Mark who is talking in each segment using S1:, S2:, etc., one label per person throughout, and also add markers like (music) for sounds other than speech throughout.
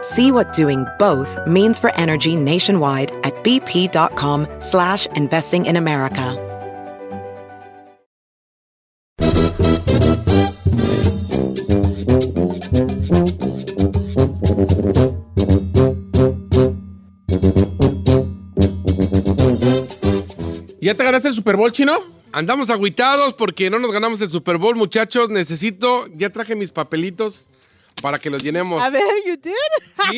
S1: See what doing both means for energy nationwide at bp.com slash investing in America.
S2: ¿Ya te ganaste el Super Bowl, chino?
S3: Andamos agüitados porque no nos ganamos el Super Bowl, muchachos. Necesito, ya traje mis papelitos para que los llenemos.
S4: A ver, you did?
S3: Sí,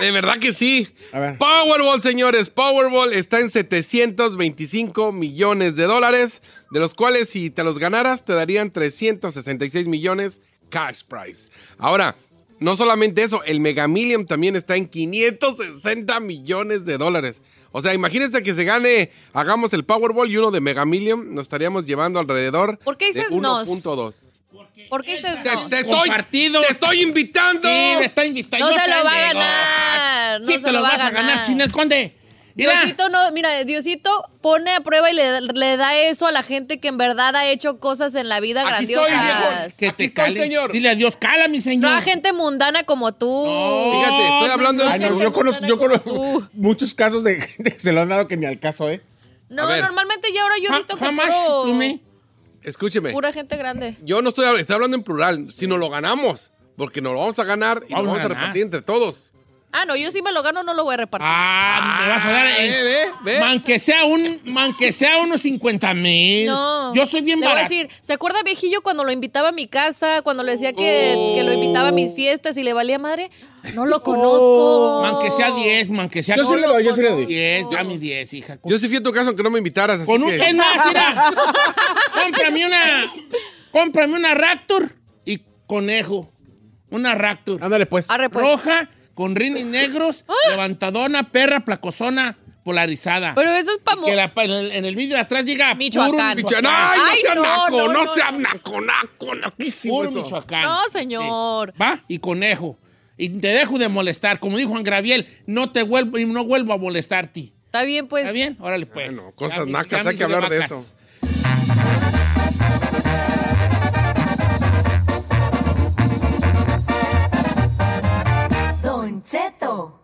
S3: de verdad que sí.
S2: A ver.
S3: Powerball, señores. Powerball está en 725 millones de dólares, de los cuales si te los ganaras te darían 366 millones cash prize. Ahora, no solamente eso, el Mega Million también está en 560 millones de dólares. O sea, imagínense que se gane, hagamos el Powerball y uno de Mega Million, nos estaríamos llevando alrededor
S4: ¿Por qué
S3: de
S4: dices nos?
S3: 1.2.
S4: ¿Por qué dices
S3: Te,
S4: no?
S3: te estoy,
S2: Compartido.
S3: te estoy invitando.
S2: Sí, me está invitando.
S4: No se lo va a
S2: pendejo.
S4: ganar, no
S2: sí,
S4: se
S2: te
S4: lo
S2: lo,
S4: va a
S2: vas a
S4: ganar.
S2: ganar, China, esconde. Mira.
S4: Diosito no, mira, Diosito pone a prueba y le, le da eso a la gente que en verdad ha hecho cosas en la vida
S3: Aquí estoy,
S4: grandiosas.
S3: viejo. Aquí estoy,
S2: cale.
S3: señor.
S2: Dile a Dios, cala, mi
S4: no
S2: señor.
S4: a gente mundana como tú.
S3: Fíjate, estoy hablando
S2: Ay,
S3: de...
S2: no,
S4: gente
S2: yo conozco, yo
S4: mundana como
S2: conozco muchos casos de gente que se lo han dado que ni al caso, ¿eh?
S3: a
S4: No,
S3: ver.
S4: normalmente ya ahora yo he visto que
S2: How much
S4: puro-
S2: to Ah, me?
S3: Escúcheme.
S4: pura gente grande.
S3: Yo no estoy, hab- estoy hablando en plural. Si nos lo ganamos, porque nos lo vamos a ganar
S2: Vamos
S3: y lo
S2: a
S3: vamos a
S2: ganar.
S3: repartir entre todos.
S4: Ah, no, yo sí me lo gano, no lo voy a repartir.
S2: Ah, me vas a dar. eh,
S3: ve, ve, ve.
S2: Man, que sea, un, man, que sea unos 50 mil.
S4: No.
S2: Yo soy bien
S4: Le voy a
S2: barato.
S4: decir, ¿se acuerda viejillo cuando lo invitaba a mi casa? Cuando le decía que, que lo invitaba a
S2: Oh.
S4: mis fiestas y le valía madre. No lo conozco.
S2: Man, que sea 10, man, que sea
S5: Yo sí le doy, yo sí le doy.
S2: 10, dame 10, hija. Con,
S3: Yo sí fui a tu casa aunque no me invitaras. Así
S2: con un
S3: que,
S2: es más, mira.
S4: (laughs)
S2: cómprame una. Cómprame una Raptor y conejo. Una Raptor.
S5: Ándale, pues.
S4: Arre, pues. ¡Ah!
S2: Roja, con rines
S4: (gasps)
S2: negros, levantadona, perra, placozona, polarizada.
S4: Pero eso es para
S2: que la- en el, en el vidrio de atrás diga
S4: Michoacán.
S2: puro
S3: Dicho, "No,
S2: Michoacán.
S3: no
S4: Ay,
S3: sea
S4: no,
S3: naco,
S4: no,
S3: no,
S4: no,
S3: sea naco, naco, naquísimo
S2: Puro
S3: eso.
S2: Michoacán.
S4: No, señor.
S2: Sí. Va y conejo. Y te dejo de molestar. Como dijo Juan Graviel, no te vuelvo y no vuelvo a molestarte.
S4: Está bien, pues.
S2: ¿Está bien? Órale, pues.
S3: Bueno, cosas
S2: me-
S3: nacas, hay
S2: me
S3: que
S2: hice
S3: hablar de
S2: vacas.
S3: eso.
S6: Don Cheto.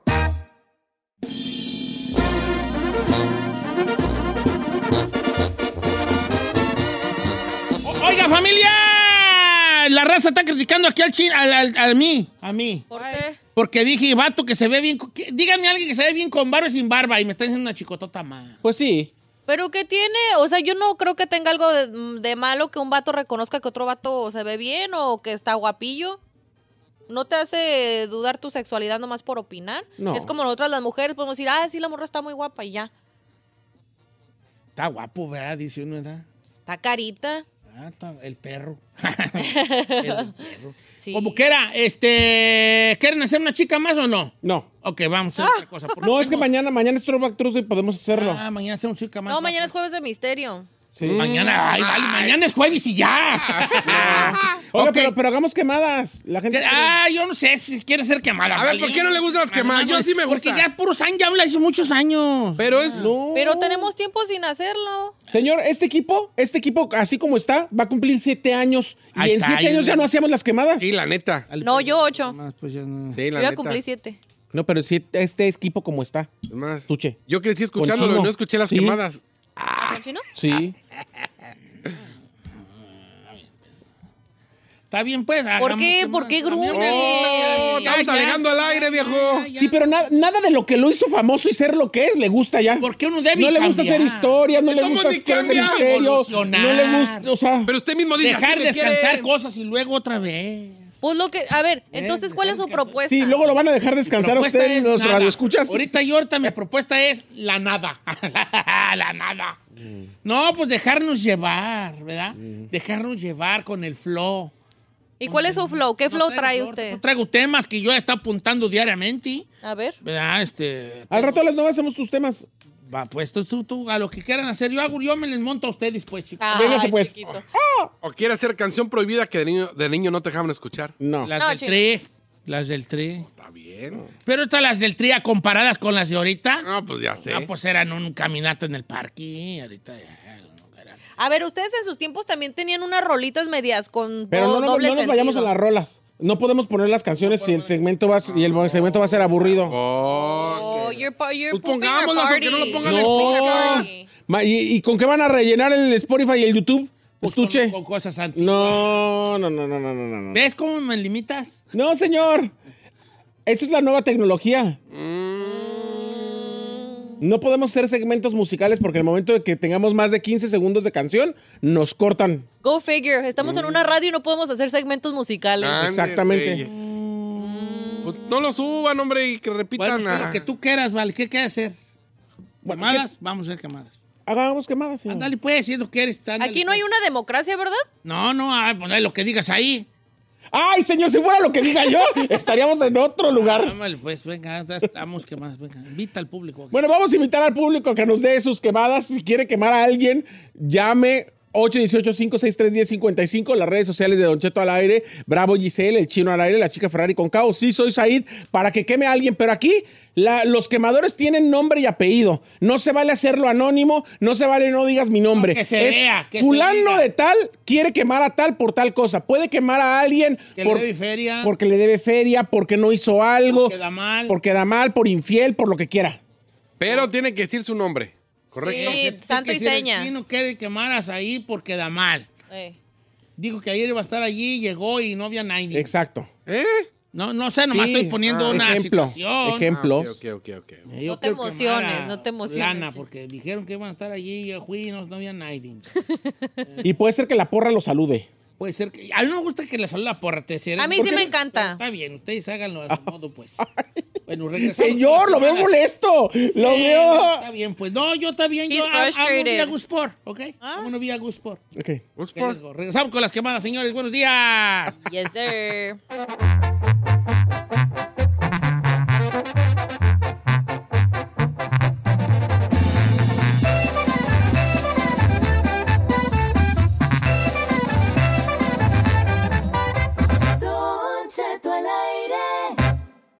S2: O- Oiga, familia. La raza está criticando aquí al chin, al, al- al mí, a mí.
S4: ¿Por qué?
S2: Porque dije, vato, que se ve bien. co- que- díganme a alguien que se ve bien con barba y sin barba. Y me está diciendo una chicotota más.
S5: Pues sí.
S4: ¿Pero qué tiene? O sea, yo no creo que tenga algo de, de malo que un vato reconozca que otro vato se ve bien o que está guapillo. ¿No te hace dudar tu sexualidad nomás por opinar?
S5: No.
S4: Es como nosotras las mujeres podemos decir, ah, sí, la morra está muy guapa y ya.
S2: Está guapo, ¿verdad? Dice uno, ¿verdad?
S4: Está carita.
S2: Ah, está- el perro. (laughs) el perro.
S4: Sí.
S2: Como quiera, este. ¿Quieren hacer una chica más o no?
S5: No.
S2: Ok, vamos a hacer otra cosa. porque
S5: No, es que
S2: tengo-
S5: mañana, mañana es Throwback Thursday y podemos hacerlo.
S2: Ah, mañana hacemos chica más.
S4: No, mañana es jueves de misterio.
S5: Sí.
S2: Mañana, ay, vale, mañana es jueves
S5: (laughs)
S2: y ya.
S5: Oiga,
S2: Ok.
S5: pero, pero hagamos quemadas. La gente.
S2: Ah, yo no sé si quiere ser quemada.
S3: A ver, ¿por qué no le gustan las quemadas? Yo sí me gusta.
S2: Porque ya puros años, ya la hizo muchos años.
S3: Pero es...
S5: No.
S4: Pero tenemos tiempo sin hacerlo.
S5: Señor, este equipo, este equipo, así como está, va a cumplir siete años.
S2: Ay,
S5: y en siete
S2: cállate.
S5: años ya no hacíamos las quemadas.
S3: Sí, la neta.
S4: No, yo ocho.
S2: Más, pues ya no.
S3: Sí,
S4: Yo
S3: la
S4: ya
S3: neta.
S4: cumplí siete.
S5: No, pero sí, este equipo como está.
S3: Es más,
S5: Suche.
S3: yo crecí escuchándolo y
S5: Continuo.
S3: no escuché las
S5: Sí.
S3: quemadas.
S2: Ah,
S4: ¿Sí, no?
S5: Sí.
S2: Está bien, pues.
S4: ¿Por
S2: hagamos
S4: qué?
S2: que
S4: ¿Por
S2: más.
S4: qué
S2: También-
S3: ¡Oh!
S4: Grumpy?
S3: Estamos
S2: Ya, ya.
S3: alegando al aire, viejo. pues,
S2: Ya, ya.
S5: Sí, pero na- nada de lo que lo hizo famoso y ser lo que es le gusta ya.
S2: ¿Por qué uno debe
S5: No le gusta
S2: cambiar?
S5: hacer historia, no le
S3: ¿Cómo
S5: gusta
S3: ni
S5: hacer
S3: cambia?
S5: misterio. No le
S2: Evolucionar.
S5: gusta, o sea.
S3: Pero usted mismo dice,
S2: Dejar
S3: así me
S2: descansar
S3: quieren.
S2: cosas y luego otra vez.
S4: Pues lo que. A ver, entonces, ¿cuál es su propuesta?
S5: Sí, luego lo van a dejar descansar a
S2: propuesta
S5: ustedes
S2: es
S5: los
S2: nada.
S5: radioescuchas.
S2: Ahorita yo, ahorita mi propuesta es la nada. (laughs) la nada. No, pues dejarnos llevar, ¿verdad?
S5: Mm.
S2: Dejarnos llevar con el flow.
S4: ¿Y cuál es su flow? ¿Qué
S2: No
S4: flow
S2: traigo
S4: trae
S2: flor,
S4: usted?
S2: no traigo temas que yo he estado apuntando diariamente,
S4: A ver.
S2: ¿verdad? Este,
S5: Al rato a las nueve hacemos tus temas.
S2: va, pues tú, tú, tú, a lo que quieran hacer, yo hago, yo me les monto a ustedes, pues, chicos.
S4: Ay,
S5: véngase, pues.
S4: chiquito.
S3: ¿O quiere hacer canción prohibida que de niño, de niño no te dejaban escuchar?
S5: No.
S2: Las
S4: No,
S2: del
S4: chicos.
S2: TRI, las del TRI.
S3: Está bien.
S2: Pero estas las del TRI comparadas con las de ahorita,
S3: No, pues ya sé.
S2: ah, pues eran un caminato en el parque, ahorita ya, no, era-
S4: A ver, ustedes en sus tiempos también tenían unas rolitas medias con
S5: Pero
S4: do-
S5: no, no-
S4: doble
S5: no nos vayamos a
S4: sentido.
S5: las rolas. No podemos poner las canciones si el segmento va y el segmento va a ser aburrido.
S3: Oh,
S4: Oh, you're, pa- you're
S3: Pues
S4: pooping our
S3: pongámoslas, aunque no
S4: party.
S3: lo pongan
S5: en el No.
S4: Party.
S5: Ma- ¿Y, y con qué van a rellenar el Spotify y el YouTube?
S2: pues,
S5: Estuche.
S2: Con, con cosas antiguas.
S5: No, no, no, no, no, no, no.
S2: ¿Ves cómo me limitas?
S5: No, señor. Esa es la nueva tecnología.
S2: Mm.
S5: No podemos hacer segmentos musicales porque en el momento de que tengamos más de 15 segundos de canción, nos cortan.
S4: Go figure. Estamos en
S5: Mm.
S4: una radio y no podemos hacer segmentos musicales.
S3: Ande,
S5: Exactamente.
S3: güeyes. Pues no lo suban, hombre, y que repitan.
S2: Bueno, pues,
S3: ah.
S2: lo que tú quieras, vale, ¿qué quieres hacer?
S5: Bueno,
S2: ¿Quemadas? Vamos a hacer quemadas.
S5: Hagamos quemadas, señor.
S2: Ándale, pues, si tú quieres. ándale,
S4: Aquí no hay
S2: pues.
S4: una democracia, ¿verdad?
S2: No, no, ah, pues, ahí lo que digas ahí.
S5: Ay, señor, si fuera lo que diga yo, (laughs) estaríamos en otro lugar.
S2: Ándale, pues, venga, ya estamos quemadas, venga. Invita al público.
S5: Bueno, vamos a invitar al público a que nos dé sus quemadas. Si quiere quemar a alguien, llame 818-563-1055, las redes sociales de Don Cheto al aire, Bravo Giselle, el chino al aire, la chica Ferrari con caos. Sí, soy Said, para que queme a alguien. Pero aquí la- los quemadores tienen nombre y apellido. No se vale hacerlo anónimo, no se vale no digas mi nombre.
S2: No, que se
S5: Es
S2: vea, que se
S5: fulano
S2: diga.
S5: de tal quiere quemar a tal por tal cosa. Puede quemar a alguien
S2: Que le
S5: por,
S2: debe feria.
S5: porque le debe feria, porque no hizo algo,
S2: Porque da mal.
S5: porque da mal, por infiel, por lo que quiera.
S3: Pero tiene que decir su nombre, ¿correcto?
S4: Sí,
S2: Tú
S4: santo
S2: que
S4: y
S2: si eres
S4: seña.
S2: chino, quiere quemaras ahí porque da mal.
S4: Eh.
S2: Dijo que ayer iba a estar allí, llegó y no había nadie.
S5: Exacto.
S3: ¿Eh?
S2: No, no sé, nomás
S5: Sí.
S2: estoy poniendo
S5: Ah,
S2: una
S5: ejemplo,
S2: situación.
S5: ejemplo. Plus.
S3: Ah, Ok, ok, ok. ok.
S2: Eh, yo
S4: No te
S2: quiero quemar
S4: emociones,
S2: a
S4: no te emociones,
S2: Lana,
S4: sí.
S2: porque dijeron que iban a estar allí y yo fui y no, no había nadie. (laughs)
S5: Y puede ser que la porra lo salude.
S2: Puede ser que. A mí no me gusta que le salga la porra. Te seré-
S4: A mí
S2: ¿Por
S4: sí
S2: qué?
S4: me encanta.
S2: Está bien, ustedes háganlo a su modo, pues. Bueno, regresamos.
S5: Señor, lo veo
S2: Malas.
S5: molesto. Lo
S2: Sí,
S5: veo.
S2: Está bien, pues. No, yo está bien. Yo
S4: He's
S2: hago
S4: frustrated.
S2: vía Guspor, ¿ok? Hago una vía Guspor.
S5: Ok.
S3: What's
S2: Qué
S3: for-
S2: riesgo. Regresamos con las quemadas, señores. Buenos días.
S4: Yes, sir.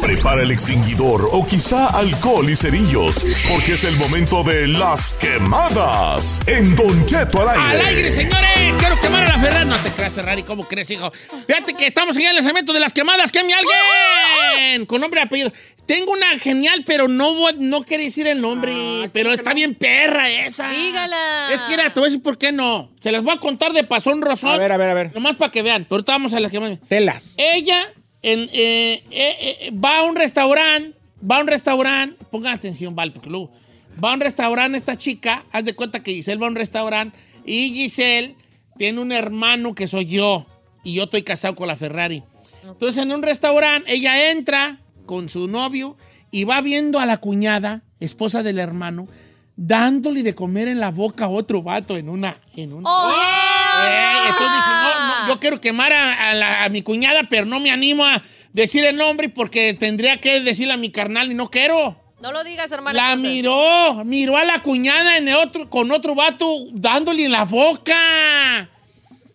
S7: Prepara el extinguidor o quizá alcohol y cerillos, porque es el momento de las quemadas en Don Cheto al aire.
S2: ¡Al aire, señores! Quiero quemar a la Ferrari. No te creas, Ferrari, ¿cómo crees, hijo? Fíjate que estamos en el lanzamiento de las quemadas. ¡Queme a
S5: ¡Oh!
S2: alguien! Con nombre y apellido. Tengo una genial, pero no, voy- no quiere decir el nombre.
S5: Ah,
S2: pero está bien perra esa.
S4: Dígala.
S2: Es que era, te voy a decir por qué no. Se las voy a contar de pasón razón.
S5: A ver, a ver, a ver.
S2: Nomás para que vean. Pero ahorita vamos a las quemadas.
S5: Telas.
S2: Ella en, eh, eh, eh, va a un restaurante, va a un restaurante, pongan atención, Val, porque luego va a un restaurante esta chica, haz de cuenta que Giselle va a un restaurante y Giselle tiene un hermano que soy yo y yo estoy casado con la Ferrari. Entonces en un restaurante ella entra con su novio y va viendo a la cuñada, esposa del hermano, dándole de comer en la boca a otro vato en una... En una
S4: ¡Oh, hell
S2: Ey, entonces dice, no,
S4: yeah!
S2: no, yo quiero quemar a, a la- a mi cuñada, pero no me animo a decir el nombre porque tendría que decirle a mi carnal y no quiero.
S4: No lo digas, hermana.
S2: La
S4: entonces.
S2: miró, miró a la cuñada en el otro, con otro vato dándole en la boca.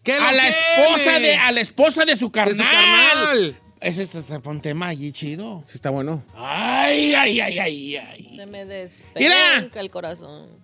S3: ¿Qué lo
S2: A la,
S3: tiene?
S2: esposa de, a la esposa de su carnal.
S3: carnal.
S2: Ese es este un tema allí chido.
S5: Sí, está bueno.
S2: Ay, ay, ay, ay, ay.
S4: Se me
S2: Mira.
S4: despeluca el corazón.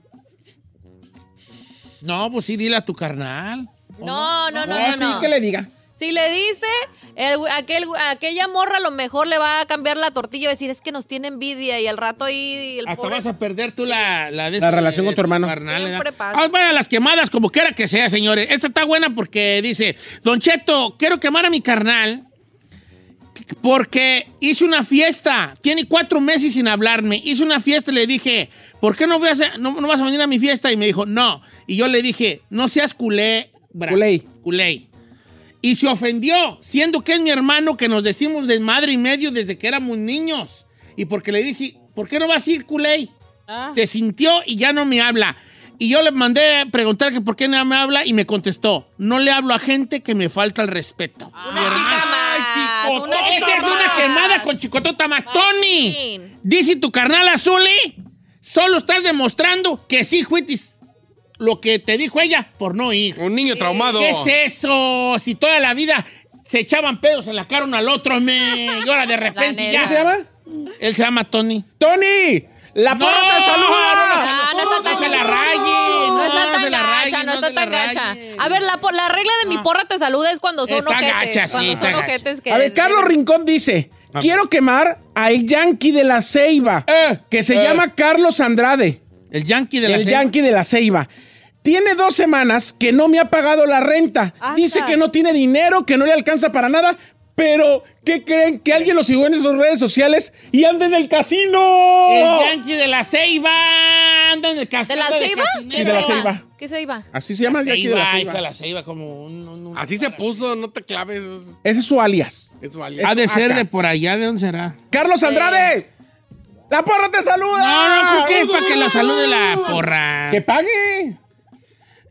S2: No, pues sí, dile a tu carnal. ¿o
S4: No, no, no,
S5: Ah,
S4: no.
S5: sí,
S4: no.
S5: que le diga.
S4: Si le dice, el güe- aquel, güe- aquella morra a lo mejor le va a cambiar la tortilla y va a decir, es que nos tiene envidia y al rato ahí... El
S2: Hasta
S4: pobre-
S2: vas a perder tú la, la, de
S5: La
S2: este-
S5: relación con tu hermano.
S2: carnal,
S4: Siempre
S2: ¿verdad?
S4: pasa.
S2: Ah, vaya, las quemadas, como quiera que sea, señores. Esta está buena porque dice, Don Cheto, quiero quemar a mi carnal porque hice una fiesta. Tiene cuatro meses sin hablarme. Hice una fiesta y le dije, ¿por qué no, voy a hacer- no, no vas a venir a mi fiesta? Y me dijo, no. Y yo le dije, no seas culé, bra-
S5: Culé.
S2: Culé. Y se ofendió, siendo que es mi hermano que nos decimos de madre y medio desde que éramos niños. Y porque le dije, ¿por qué no vas a ir, culé?
S4: Ah.
S2: Se sintió y ya no me habla. Y yo le mandé a preguntar que por qué no me habla y me contestó, no le hablo a gente que me falta el respeto.
S4: Ah. Una chica más.
S2: Chico,
S4: una chica
S2: Esta es una
S4: más.
S2: quemada con chicotota más. Tony,
S4: Machín.
S2: dice tu carnal Azuli, solo estás demostrando que sí, Juitis, lo que te dijo ella por no ir.
S3: Un niño traumado.
S2: ¿Qué es eso? Si toda la vida se echaban pedos en la cara uno al otro, me. Y ahora de repente
S4: neta.
S2: ya.
S5: ¿Cómo se llama?
S2: Él se llama Tony.
S5: ¡Tony! ¡La
S2: ¡No!
S5: porra te saluda!
S4: Ah, no está tan-
S2: No se la raye.
S4: No está
S2: se
S4: tan
S2: la raye,
S4: gacha, no
S2: se
S4: está
S2: la
S4: tan gacha.
S2: raye.
S4: A ver, la, po- la regla de mi porra te saluda es cuando son
S2: Está
S4: ojetes.
S2: gacha, sí,
S4: cuando
S2: está
S4: son
S2: gacha.
S4: ojetes que...
S5: A ver, Carlos Rincón dice: Quiero quemar al yankee de la ceiba,
S2: Eh,
S5: que se
S2: eh.
S5: llama Carlos Andrade.
S2: El Yankee de la
S5: el
S2: serie.
S5: Yankee de la Ceiba. Tiene dos semanas que no me ha pagado la renta. Dice que no tiene dinero, que no le alcanza para nada. Pero, ¿qué creen? Que alguien lo siguió en sus redes sociales y anda en el casino.
S2: El Yankee de la Ceiba. Anda en el
S4: ¿De
S2: casino.
S4: la ceiba?
S5: Sí, de la ceiba.
S4: ¿Qué ceiba?
S5: Así se llama el Yankee de la
S2: La
S5: Ceiba.
S2: Ceiba, hijo de la Ceiba, como un. un- un-
S3: Así se puso, no te claves.
S5: Ese es su alias.
S3: Es válido.
S2: Ha de ser
S5: acá.
S2: de por allá, ¿de dónde será?
S5: ¡Carlos Andrade! ¡La porra te saluda!
S2: No, no, ¿por qué? Para que la salude la porra.
S5: ¡Que pague!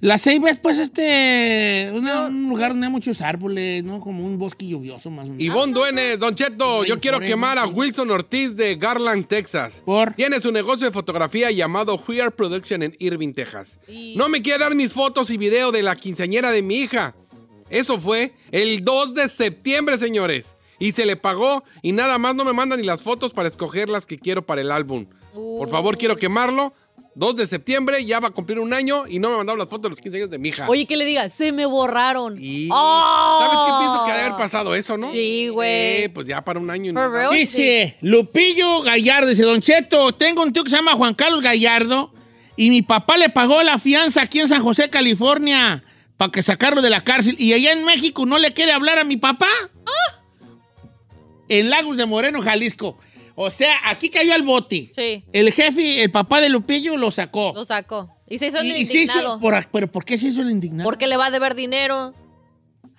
S2: La ceiba es pues este una- un lugar donde hay muchos árboles, ¿no? Como un bosque lluvioso más o menos.
S5: Ah,
S3: Ivonne Duenes, Don Cheto,
S2: Ay,
S3: yo quiero
S2: pobre,
S3: quemar a
S2: no, sí.
S3: Wilson Ortiz de Garland, Texas.
S2: ¿Por?
S3: Tiene su negocio de fotografía llamado We Are Production en Irving, Texas. No me quiere dar mis fotos y video de la quinceañera de mi hija. Eso fue el 2 de septiembre, señores. Y se le pagó y nada más no me mandan ni las fotos para escoger las que quiero para el álbum. Por favor, quiero quemarlo. 2 de septiembre, ya va a cumplir un año y no me mandaron las fotos de los 15 años de mi hija.
S4: Oye, que le diga, se me borraron.
S3: Ah. Y-
S4: ¡Oh!
S3: ¿Sabes qué pienso que ha de haber pasado eso, no?
S4: Sí, güey.
S3: Eh, pues ya para un año y
S4: For
S3: nada.
S4: real?
S2: Dice Lupillo Gallardo, dice Don Cheto, tengo un tío que se llama Juan Carlos Gallardo y mi papá le pagó la fianza aquí en San José, California, para que sacarlo de la cárcel. Y allá en México no le quiere hablar a mi papá.
S4: Ah.
S2: En Lagos de Moreno, Jalisco. O sea, aquí cayó al bote.
S4: Sí.
S2: El jefe, el papá de Lupillo, lo sacó.
S4: Lo sacó. Y se hizo
S2: Y-
S4: el
S2: y se hizo-
S4: indignado.
S2: por- ¿Pero por qué se hizo el indignado?
S4: Porque le va a deber dinero.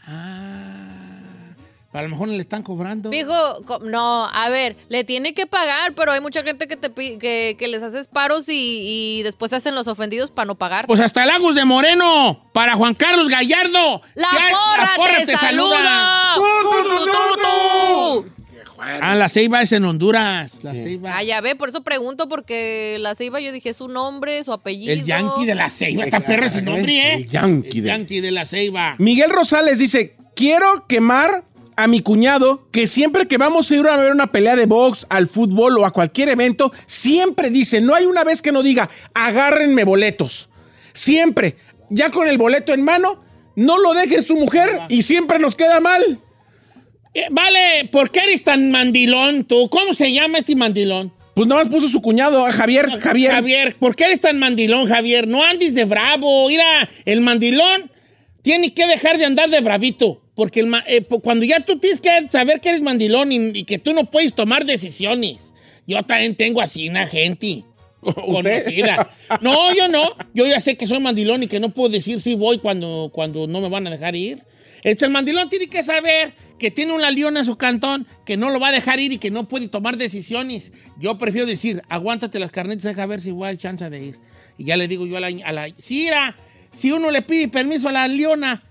S2: Ah, a lo mejor no le están cobrando.
S4: Dijo, co- no, a ver, le tiene que pagar, pero hay mucha gente que te pi- que, que les haces paros y, y después se hacen los ofendidos para no pagar.
S2: Pues hasta Lagos de Moreno, para Juan Carlos Gallardo.
S4: ¡La
S2: Ya-
S4: porra, te, saluda!
S2: Ah, la ceiba es en Honduras. La ceiba.
S4: Ah, ya ve, por eso pregunto, porque la ceiba yo dije su nombre, su apellido.
S2: el yanqui de la ceiba. Está perro sin nombre, ¿eh?
S5: El Yankee de-
S2: Yankee de la ceiba.
S5: Miguel Rosales dice, quiero quemar a mi cuñado que siempre que vamos a ir a ver una pelea de box, al fútbol o a cualquier evento, siempre dice, no hay una vez que no diga, agárrenme boletos. Siempre, ya con el boleto en mano, no lo deje su mujer y siempre nos queda mal.
S2: Eh, vale, ¿por qué eres tan mandilón tú? ¿Cómo se llama este mandilón?
S5: Pues nada más puso su cuñado, a Javier, Javier.
S2: Javier, ¿por qué eres tan mandilón, Javier? No andes de bravo. Mira, el mandilón tiene que dejar de andar de bravito. Porque el ma- eh, po- cuando ya tú tienes que saber que eres mandilón y, y que tú no puedes tomar decisiones. Yo también tengo así una gente. conocidas. No, yo no. Yo ya sé que soy mandilón y que no puedo decir si voy cuando, cuando no me van a dejar ir. Es el mandilón tiene que saber que tiene una leona en su cantón, que no lo va a dejar ir y que no puede tomar decisiones. Yo prefiero decir, aguántate las carnetas, deja ver si igual hay chance de ir. Y ya le digo yo a la... A la Sira, si uno le pide permiso a la leona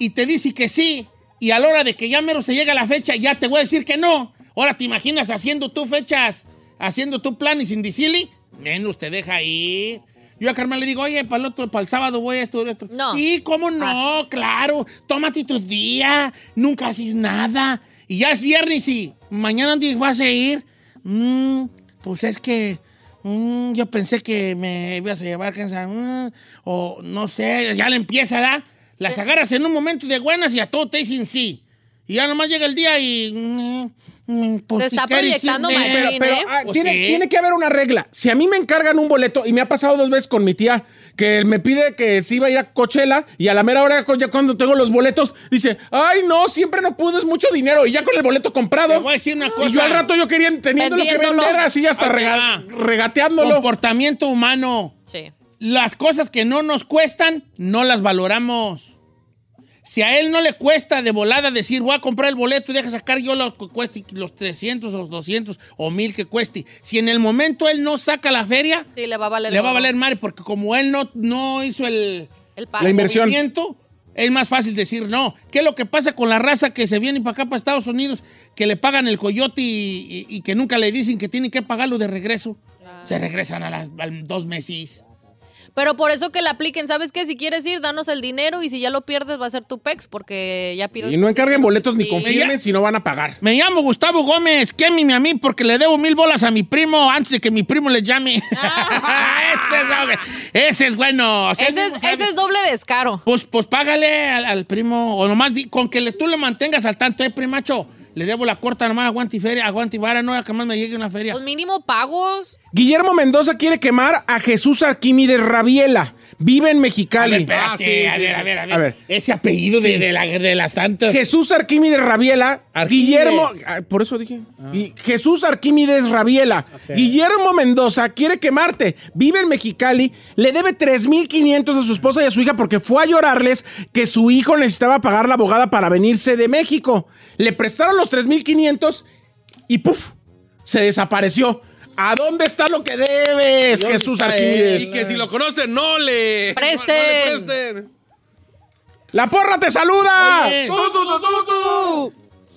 S2: y te dice que sí, y a la hora de que ya mero se llega la fecha, ya te voy a decir que no. Ahora te imaginas haciendo tú fechas, haciendo tu plan y sin decirle, menos te deja ir. Yo a Carmen le digo, oye, para el, otro- para el sábado voy a esto, esto.
S4: No.
S2: Sí, cómo no,
S4: Ah.
S2: claro. Tómate tu día, nunca haces nada. Y ya es viernes y mañana dónde vas a ir. Mm, pues es que mm, yo pensé que me ibas a llevar, quién sabe, mm, o no sé, ya le empieza, ¿da? Las
S4: Eh.
S2: agarras en un momento de buenas y a todo te dicen sí. Y ya nomás llega el día y... mm, mm, pues
S4: Se
S2: si
S4: está
S2: quieres
S4: proyectando
S2: irme.
S5: Pero,
S4: machín,
S5: pero,
S4: ¿eh?
S5: ah,
S2: Pues
S5: tiene,
S2: sí.
S5: tiene que haber una regla. Si a mí me encargan un boleto, y me ha pasado dos veces con mi tía, que me pide que si iba a ir a Coachella, y a la mera hora, ya cuando tengo los boletos, dice, ay, no, siempre no pude, es mucho dinero, y ya con el boleto
S2: Te
S5: comprado.
S2: voy a decir una cosa. ah.
S5: Y yo al rato yo quería teniendo lo que
S4: Vendiéndolo.
S5: vender, así hasta
S2: Ahí te
S5: rega-
S2: va.
S5: regateándolo.
S2: Comportamiento humano.
S4: Sí.
S2: Las cosas que no nos cuestan, no las valoramos. Si a él no le cuesta de volada decir, voy a comprar el boleto y deja sacar yo lo que cueste, los 300 o 200 o 1000 que cueste. Si en el momento él no saca la feria,
S4: Sí, le va a valer.
S2: le va a
S4: gorro.
S2: valer madre, porque como él no, no hizo el,
S4: El pan.
S5: La inversión.
S2: movimiento, es más fácil decir no. ¿Qué es lo que pasa con la raza que se viene para acá, para Estados Unidos, que le pagan el coyote y, y- y que nunca le dicen que tienen que pagarlo de regreso? Se regresan a las a dos meses.
S4: Pero por eso que la apliquen. ¿Sabes qué? Si quieres ir, danos el dinero y si ya lo pierdes va a ser tu pex porque ya pierdes.
S5: Y no encarguen boletos ni
S4: Sí.
S5: confíen
S2: Ella-
S5: si no van a pagar.
S2: Me llamo Gustavo Gómez, quémeme a mí porque le debo mil bolas a mi primo antes de que mi primo le llame. (laughs) ese, es, bueno. ese es bueno. O sea,
S4: Ese
S2: no
S4: es,
S2: sabe.
S4: ese es doble descaro.
S2: Pues, pues págale al, al primo, o nomás di- con que le- tú le mantengas al tanto, eh, primacho. Le debo la corta nomás, aguante y feria, aguante y vara, no, que más me llegue una feria.
S4: Los mínimo pagos.
S5: Guillermo Mendoza quiere quemar a Jesús Arquímedes Rabiela. Vive en
S2: A ver,
S5: Mexicali.
S2: espérate,
S3: Ah, sí,
S2: a, ver,
S3: sí, sí.
S2: a ver, a ver,
S5: A ver.
S2: Ese apellido de, de la, de Pues. la santa.
S5: Jesús Arquímedes Rabiela,
S2: Arquímedes.
S5: Guillermo, ah, por eso dije, Y Jesús Arquímedes Rabiela, Guillermo Mendoza quiere quemarte, vive en Mexicali, le debe 3.500 a su esposa y a su hija porque fue a llorarles que su hijo necesitaba pagar la abogada para venirse de México. Le prestaron los 3.500 y ¡puf! Se desapareció. ¿A dónde está lo que debes,
S2: ¿Dónde
S5: Jesús
S2: está
S5: Arquímedes?
S3: Y que si lo conocen, no le.
S4: Presten.
S3: no le presten.
S5: ¡La porra te saluda!
S2: Oye.
S5: Ah, ¡Tú, tú, tú, tú, tú!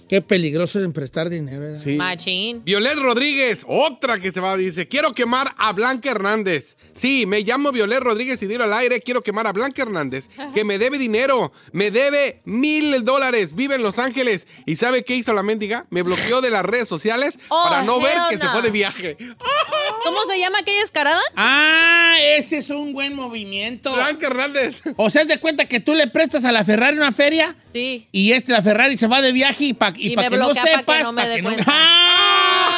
S2: Qué peligroso es prestar dinero, ¿verdad?
S5: Sí.
S4: Machín.
S3: Violet Rodríguez, otra que se va, dice, quiero quemar a Blanca Hernández. Sí, me llamo Violet Rodríguez y dilo al aire, quiero quemar a Blanca Hernández, que me debe dinero, me debe mil dólares, vive en Los Ángeles. ¿Y sabe qué hizo la mendiga? Me bloqueó de las redes sociales
S4: Oh,
S3: para no ver
S4: hell
S3: que se
S4: no.
S3: fue de viaje.
S4: ¿Cómo se llama aquella escarada?
S2: Ah, ese es un buen movimiento.
S3: Blanca Hernández.
S2: O sea, haz de cuenta que tú le prestas a la Ferrari una feria
S4: Sí.
S2: y este, la Ferrari se va de viaje y para que
S4: Y me
S2: no
S4: bloquea pa' que
S2: sepas.
S4: no me
S2: pa'
S4: dé
S2: que
S4: cuenta.
S2: ¡Ah!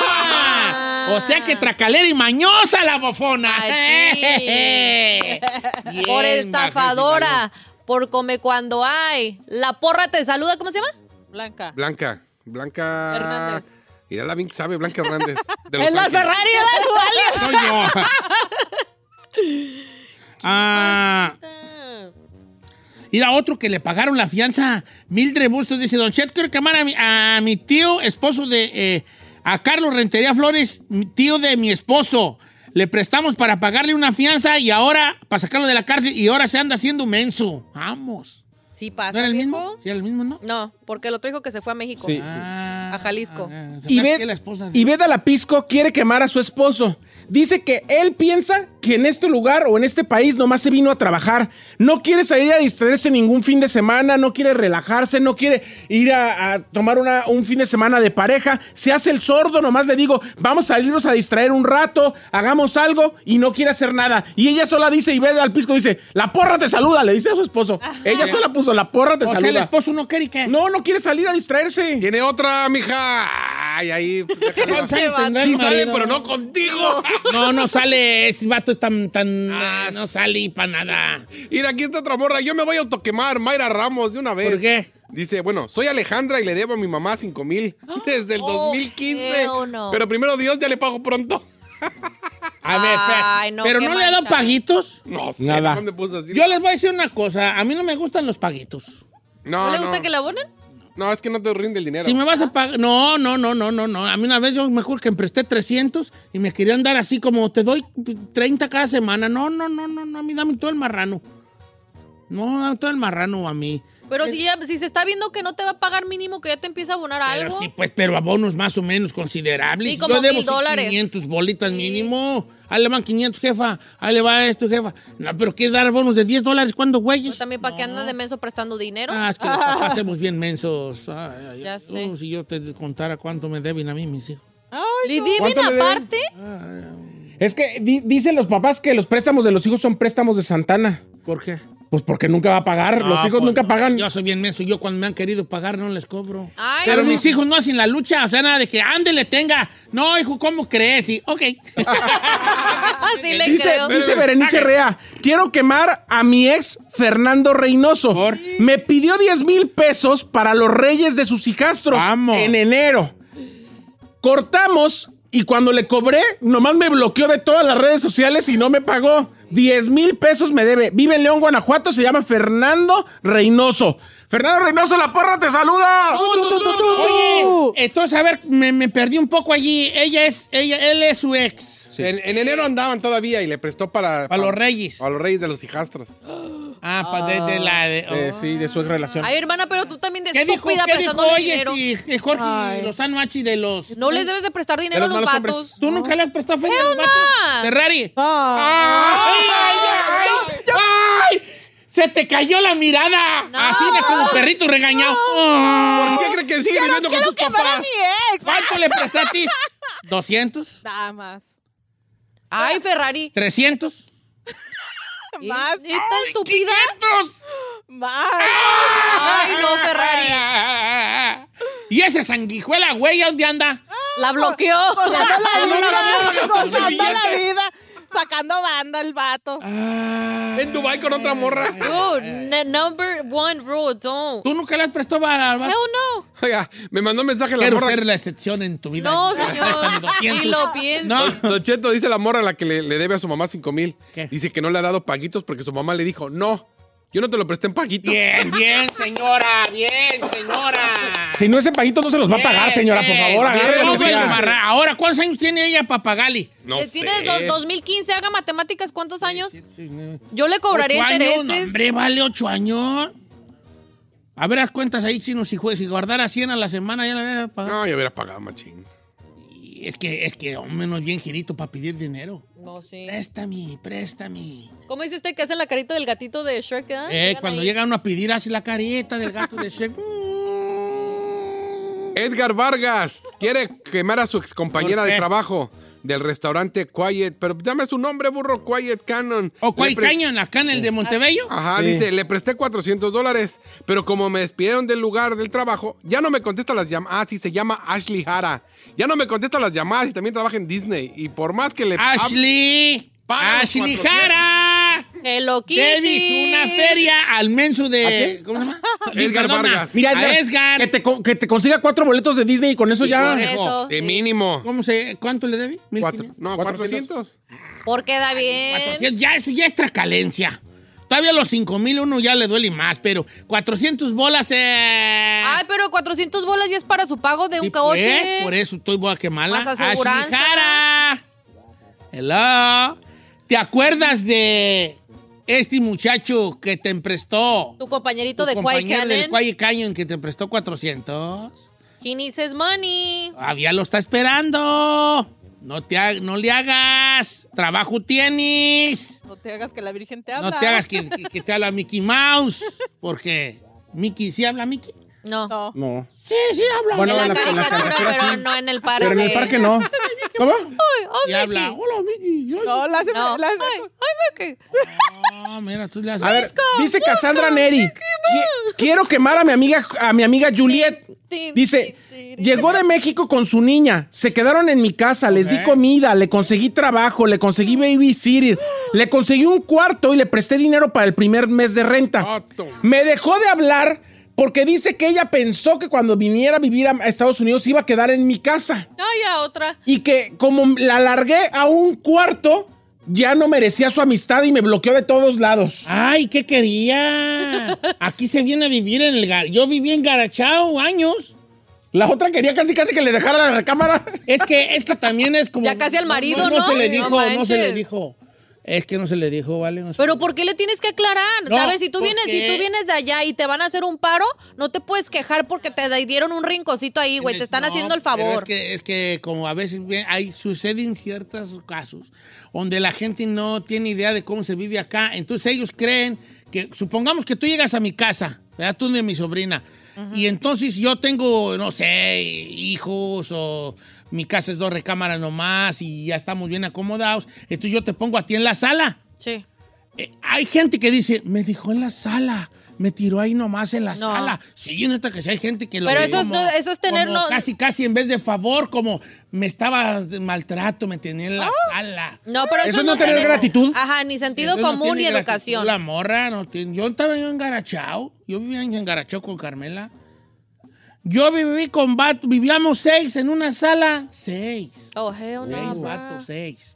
S4: Ah.
S2: O sea que tracalera y mañosa la bofona.
S4: Ay,
S2: (laughs) Bien,
S4: por
S2: baja
S4: estafadora. Por come cuando hay. La porra te saluda. ¿Cómo se llama?
S8: Blanca.
S3: Blanca, Blanca.
S8: Hernández.
S3: Mira la bien que sabe, Blanca
S4: (laughs)
S3: Hernández. de Los
S8: Es la
S3: Ángeles.
S8: Ferrari, ¿verdad? Súbale.
S2: ese valor. Soy yo. ah. Mira, otro que le pagaron la fianza, Mildred Bustos, dice, Don Chet, quiero llamar a mi, a mi tío, esposo de, eh, a Carlos Rentería Flores, mi tío de mi esposo. Le prestamos para pagarle una fianza y ahora, para sacarlo de la cárcel, y ahora se anda haciendo menso. Vamos.
S4: Sí pasa,
S2: ¿No era el
S4: viejo.
S2: mismo? ¿Sí era el mismo, no?
S4: No, porque el otro dijo que se fue a México.
S5: Sí.
S2: Ah,
S4: A Jalisco.
S2: ah, se me hace que
S5: Ivette,
S2: la esposa de-
S5: Ivette Alapisco quiere quemar a su esposo. Dice que él piensa que en este lugar o en este país nomás se vino a trabajar. No quiere salir a distraerse ningún fin de semana, no quiere relajarse, no quiere ir a, a tomar una- un fin de semana de pareja. Se hace el sordo, nomás le digo, vamos a salirnos a distraer un rato, hagamos algo y no quiere hacer nada. Y ella sola dice, Ivette Alapisco dice, la porra te saluda, le dice a su esposo. Ella sola puso, la porra te
S2: O sea, el
S5: saluda.
S2: esposo no quiere que...
S5: No, no quiere salir a distraerse.
S3: Tiene otra, mija. Ay, ahí. déjale
S2: (laughs) ¿Cuántos años
S3: bajar.
S2: tendrá el
S3: Sí sale,
S2: marido?
S3: pero no contigo. (laughs)
S2: No, no sale, ese vato es tan, tan,
S4: Ah.
S2: eh, no sale para nada.
S3: Mira, aquí está otra morra. Yo me voy a autoquemar, Mayra Ramos, de una vez.
S2: ¿Por qué?
S3: Dice, bueno, soy Alejandra y le debo a mi mamá 5
S4: (gasps)
S3: mil desde el
S4: Oh,
S3: 2015.
S4: hell no.
S3: Pero primero Dios ya le pago pronto.
S2: A ver, espérate.
S4: Ay, no,
S2: ¿Pero
S4: qué
S2: no le ha dado
S4: mancha.
S2: paguitos?
S3: (laughs) No sé,
S5: Nada.
S3: ¿dónde puso así?
S2: Yo les voy a decir una cosa. A mí no me gustan los paguitos.
S4: ¿No
S2: ah,
S3: No,
S4: le
S3: no.
S4: gusta que le abonen?
S3: No, es que no te rinde el dinero.
S2: Si me vas
S4: ¿ah?
S2: a pagar. No, no, no, no, no, no. A mí una vez yo mejor que empresté 300 y me querían dar así como te doy 30 cada semana. No, no, no, no, no. A mí dame todo el marrano. No, dame todo el marrano a mí.
S4: Pero si, ya, si se está viendo que no te va a pagar mínimo, que ya te empieza a abonar
S2: Pero
S4: algo.
S2: sí, pues, pero abonos más o menos considerables.
S4: Sí, como
S2: Yo debo
S4: mil dólares.
S2: 500 bolitas mínimo. Ahí le van 500, jefa. Ahí le va esto, jefa. No, pero ¿qué dar bonos de 10 dólares? ¿Cuándo, güey?
S4: Pues también para que anda de menso prestando dinero.
S2: Ah, es que los
S4: (laughs)
S2: papás hacemos bien mensos. Ay, ay,
S4: Ya
S2: ay.
S4: sé.
S2: Uh, si yo te contara cuánto me deben a mí mis hijos.
S4: ¿Le deben
S5: ¿Cuánto le deben?
S4: aparte?
S5: Es que di- dicen los papás que los préstamos de los hijos son préstamos de Santana.
S2: ¿Por qué?
S5: Pues porque nunca va a pagar. los
S2: No,
S5: hijos
S2: pues,
S5: nunca pagan.
S2: Yo soy bien menso. Yo cuando me han querido pagar no les cobro.
S4: Ay,
S2: Pero
S4: no.
S2: mis hijos no hacen la lucha. O sea, nada de que ándele, tenga. No, hijo, ¿cómo crees? Y,
S4: (laughs)
S2: ok. Ah.
S4: Así le
S5: Dice,
S4: creo.
S5: dice Berenice Rea, quiero quemar a mi ex Fernando Reynoso.
S2: Por-
S5: Me pidió 10 mil pesos para los reyes de sus hijastros
S2: Vamos.
S5: en enero. Cortamos y cuando le cobré, nomás me bloqueó de todas las redes sociales y no me pagó. 10 mil pesos me debe. Vive en León, Guanajuato, se llama Fernando Reynoso. Fernando Reynoso, la porra te saluda.
S2: Oye, entonces, a ver, me, me perdí un poco allí. Ella es, ella, él es su ex.
S3: En, en enero andaban todavía y le prestó para...
S2: Para los reyes.
S3: Para los reyes de los hijastros.
S2: Ah, pa- de, de la... de-
S5: Eh, sí, de su ex relación.
S4: Ay, hermana, pero tú también de
S2: ¿Qué dijo,
S4: estúpida
S2: qué dijo
S4: prestándole
S2: hoy
S4: dinero.
S2: este, Jorge Lozano Hachi de los...
S4: No les debes de prestar dinero a
S5: De los
S4: los
S5: malos
S4: vatos.
S5: hombres.
S2: ¿Tú nunca le has prestado feria a los
S4: Hell
S2: vatos?
S4: no.
S2: Ferrari. ¡Ay, ay, ay! ¡Ay! ¡Se te cayó la mirada! Así de como perrito regañado. Oh.
S3: ¿Por qué cree que sigue viviendo con sus papás?
S2: ¿Cuánto le prestaste? ¿200?
S8: Nada más.
S4: Ay, Ferrari.
S2: ¿300?
S8: Más.
S4: ¿Es tan estúpida?
S2: ¡Dos!
S8: Más.
S4: Ay, no, Ferrari.
S2: ¿Y esa sanguijuela, güey, a dónde anda?
S4: La bloqueó.
S8: Gozando la vida.
S3: gastar
S8: Gozando la
S3: billete.
S8: vida. Sacando banda el vato.
S3: En Dubai con otra morra.
S4: Dude, n- number one rule, don't.
S2: ¿Tú nunca le has prestado a a-
S4: No, no.
S3: Oiga, me mandó un mensaje la
S2: Quiero
S3: morra.
S2: ser la excepción en tu vida.
S4: No,
S2: Préstame
S4: señor.
S2: 200.
S4: Ni lo pienso.
S2: No.
S3: Don Cheto dice la morra a la que le, le debe a su mamá 5 mil.
S2: ¿Qué?
S3: Dice que no le ha dado paguitos porque su mamá le dijo, no, yo no te lo presté en paguitos.
S2: Bien, bien, señora. Bien, señora.
S5: Si no ese paguito no se los va a pagar, señora, por
S2: Bien,
S5: favor,
S2: bien.
S5: agárrenlo,
S2: Todo el
S5: señora.
S2: marra- Ahora, ¿cuántos años tiene ella, Papagali?
S3: No
S4: Que
S3: sé.
S4: Tienes dos- 2015, haga matemáticas, ¿cuántos años?
S2: nueve.
S4: Yo le cobraría
S2: ¿Ocho años? No,
S4: intereses.
S2: hombre, vale ocho años. A ver, haz cuentas ahí, chino, si, jue- si guardara 100 a la semana, ya la había pagado.
S3: No, ya hubiera pagado, machín.
S2: Y Es que, es que, hombre, no es bien girito para pedir dinero.
S4: No, sí.
S2: Préstame, préstame.
S4: ¿Cómo dice usted que hace la carita del gatito de Shrek? ah?
S2: Eh,
S4: Llegan
S2: cuando
S4: ahí.
S2: llega uno a pedir, hace la careta del gato de Shrek.
S3: Edgar Vargas quiere quemar a su excompañera
S2: ¿Por qué?
S3: de trabajo del restaurante Quiet, pero dame su nombre, burro, Quiet Cannon.
S2: O cuál
S3: Le pre-
S2: cañón, acá en el de Montebello.
S3: Ajá,
S5: Sí.
S3: dice, le presté 400 dólares, pero como me despidieron del lugar del trabajo, ya no me contesta las llamadas. Ah, sí, se llama Ashley Hara. Ya no me contesta las llamadas y también trabaja en Disney. Y por más que le...
S4: Ah,
S2: Ashley.
S3: Paga los
S2: Ashley
S3: 400.
S2: Jara.
S4: Hello Kitty.
S2: Davis, una feria al menso de. ¿Cómo se
S3: (laughs)
S2: llama?
S3: Edgar Vargas.
S5: Mira, Edgar,
S2: a Edgar.
S5: Que, te, co- que te consiga cuatro boletos de Disney y con eso ya.
S2: con eso.
S4: Eso,
S3: De
S4: sí.
S3: mínimo.
S2: ¿Cómo se, ¿Cuánto le debe? ¿Mil
S3: Cuatro-
S2: quinientos?
S3: no, 400.
S4: ¿Por qué da bien?
S2: 400, ya eso ya es tracalencia. Todavía los 5 mil uno ya le duele más, pero 400 bolas. Eh...
S4: Ay, pero 400 bolas ya es para su pago de
S2: Sí,
S4: un coche.
S2: pues, por eso estoy voy a quemarla.
S4: Más
S2: Ashley
S4: aseguranza.
S2: Jara. Hello. ¿Te acuerdas de este muchacho que te emprestó?
S4: Tu compañerito
S2: Tu
S4: de Quiet
S2: compañero del
S4: Cannon.
S2: Quiet Canyon que te prestó 400.
S4: He needs his money.
S2: Todavía Ah, lo está esperando. No, te ha- no le hagas. Trabajo tienes.
S8: No te hagas que la Virgen te habla.
S2: No te hagas que, que- que te habla Mickey Mouse. Porque Mickey, ¿sí habla Mickey?
S4: No.
S8: No.
S5: No.
S2: Sí, sí habla.
S5: Bueno,
S4: en
S5: en
S4: la
S5: la- en la
S4: caricatura,
S5: caricatura
S4: pero
S5: sí.
S4: no en el parque.
S5: Pero en el parque no. ¿Cómo?
S4: Ay, ay,
S2: Y
S4: Mickey.
S2: habla. Hola, Mickey. Yo-
S8: No, la hace.
S4: No.
S8: la
S4: Ay,
S8: hace-
S4: ay, Mickey.
S2: Ah, mira, tú le haces.
S5: A ver, dice Cassandra Neri. "Qui- Quiero quemar a mi amiga, a mi amiga Juliet.
S4: tin,
S5: Dice,
S4: tin, tin.
S5: llegó de México con su niña, se quedaron en mi casa, les di
S2: Ok.
S5: comida, le conseguí trabajo, le conseguí babysitter, le conseguí un cuarto y le presté dinero para el primer mes de renta.
S3: Ah, toma.
S5: Me dejó de hablar, porque dice que ella pensó que cuando viniera a vivir a a Estados Unidos se iba a quedar en mi casa
S4: Ay, a otra.
S5: y que como la largué a un cuarto, ya no merecía su amistad y me bloqueó de todos lados.
S2: Ay, ¿qué quería? Aquí se viene a vivir en el... gar- Yo viví en Garachao años.
S5: La otra quería casi casi que le dejara la recámara.
S2: Es que, es que también es como...
S4: Ya casi al marido,
S2: No,
S4: ¿no?
S2: se le
S4: No
S2: dijo, no, se le
S4: manches.
S2: dijo. Es que no se le dijo, ¿vale? No se-
S4: Pero ¿por qué le tienes que aclarar?
S2: No,
S4: a ver, si tú
S2: ¿por
S4: vienes,
S2: qué?
S4: si tú vienes de allá y te van a hacer un paro, no te puedes quejar porque te da- dieron un rinconcito ahí, güey. Te están
S2: No,
S4: haciendo el
S2: pero
S4: favor.
S2: Es que, es que como a veces ve- hay, suceden ciertos casos donde la gente no tiene idea de cómo se vive acá. Entonces ellos creen que, supongamos que tú llegas a mi casa, ¿verdad? Tú de mi sobrina. Y entonces yo tengo, no sé, hijos o mi casa es dos recámaras nomás y ya estamos bien acomodados. Entonces yo te pongo a ti en la sala.
S4: Sí.
S2: Eh, hay gente que dice, me dejó en la sala. Me tiró ahí nomás en la
S4: No.
S2: sala. Sí, neta que sí hay gente que lo
S4: Pero
S2: ve
S4: eso es-
S2: como-
S4: eso es tener
S2: como
S4: no-
S2: Casi, casi en vez de favor, como me estaba de maltrato, me tenía
S4: Oh.
S2: en la sala.
S4: No, pero eso,
S5: Eso es no tener
S4: tiene-
S5: gratitud.
S4: Ajá, ni sentido
S2: Entonces, no
S4: común ni
S2: tiene gratitud
S4: educación.
S2: La morra no tiene. Yo estaba yo en Garachao. Yo vivía en Garachao con Carmela. Yo viví con vato. Vivíamos seis en una sala. Seis.
S4: Oh, hell no,
S2: Seis
S4: bro.
S2: vatos, seis.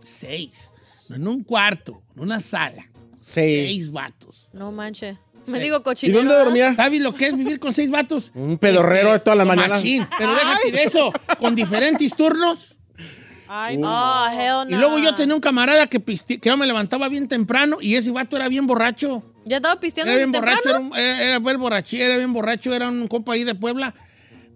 S2: Seis. No en un cuarto, en una sala.
S5: Sí.
S2: Seis vatos.
S4: No manches. Me digo
S5: ¿Y
S4: cochinero.
S5: dónde
S4: ¿verdad?
S5: dormía?
S2: ¿Sabes lo que es vivir con seis vatos? Este,
S5: Un pedorrero toda la mañana.
S2: Machín, pero déjate de eso, con diferentes turnos.
S8: Ay, no.
S4: Oh, hell no.
S2: Y luego yo tenía un camarada que, pisti- que yo me levantaba bien temprano y ese vato era bien borracho.
S4: Ya estaba pisteando
S2: Era bien
S4: desde temprano.
S2: borracho, era, un- era, era buen borrachi- era bien borracho, era un compa ahí de Puebla.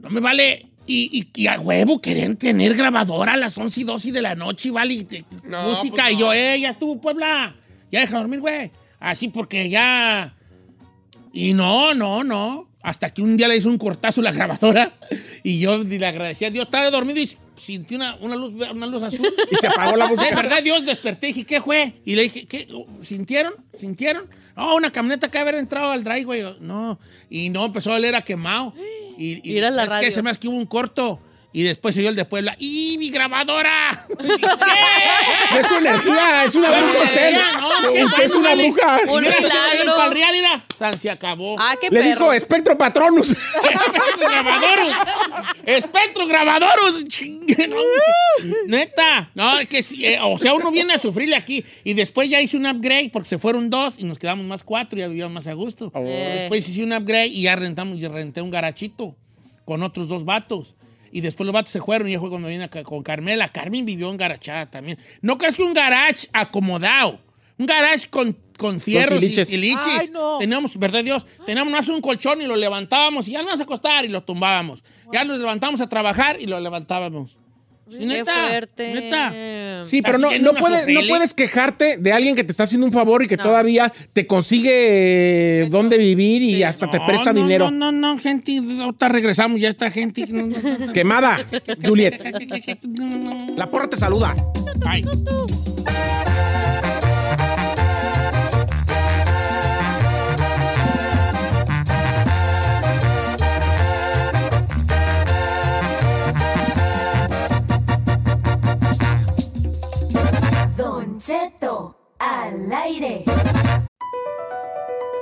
S2: No me vale. Y, y- y a huevo querían tener grabadora a las 11 y 12 de la noche, ¿vale? Y te-
S3: No,
S2: música.
S3: pues
S2: Y yo, eh, ya estuvo Puebla. Ya deja dormir, güey. Así porque ya. Y no, no, no. Hasta que un día le hizo un cortazo a la grabadora. Y yo le agradecí a Dios. Estaba dormido y sentí una, una luz, una luz azul.
S5: Y se apagó la
S2: De
S5: música.
S2: verdad, Dios desperté y dije, ¿qué fue? Y le dije, ¿qué? ¿Sintieron? ¿Sintieron? No, una camioneta que haber entrado al driveway. No. Y no, empezó a oler a quemado. Y, y
S4: Mira la
S2: es
S4: radio.
S2: que se me hace que hubo un corto. Y después se oyó el de Puebla. ¡Y mi grabadora!
S4: (laughs)
S2: ¿Qué?
S5: Es su energía, es una bruja usted.
S2: No, qué
S5: Usted es
S2: bueno,
S5: una
S2: vale.
S5: bruja.
S4: Un
S2: Mira,
S4: milagro.
S2: Para el real, mira. San se acabó.
S4: Ah, qué
S5: Le
S4: perro.
S5: dijo espectro patronus.
S2: (laughs) Espectro Grabadorus. Espectro Grabadorus. Chingue, no, hombre. Neta. No, es que sí. eh, o sea, uno viene a sufrirle aquí. Y después ya hice un upgrade porque se fueron dos y nos quedamos más cuatro y ya vivíamos más a gusto.
S4: Eh.
S2: Después hice un upgrade y ya rentamos, y renté un garachito con otros dos vatos. Y después los vatos se fueron y yo fue cuando vine acá con Carmela. Carmen vivió en garachada también. No creas que un garage acomodado. Un garage con, con fierros y-
S5: tiliches.
S2: y liches.
S8: Ay, no.
S2: Teníamos, verdad Dios, teníamos más un colchón y lo levantábamos y ya nos vamos a acostar y lo tumbábamos. Ya nos levantábamos a trabajar y lo levantábamos. Sí,
S4: Qué fuerte.
S2: Neta.
S5: Sí, pero
S2: Así
S5: no,
S2: que
S5: no,
S2: no
S5: puedes-
S2: sufrí,
S5: no
S2: ¿eh?
S5: puedes quejarte de alguien que te está haciendo un favor y que todavía te consigue eh, dónde vivir y hasta te
S2: No,
S5: presta
S2: no,
S5: dinero.
S2: No, no, no, gente, ahorita regresamos, ya está gente. no, no, no, no.
S5: Quemada,
S2: (laughs)
S5: Juliet. La porra te saluda.
S2: Ay.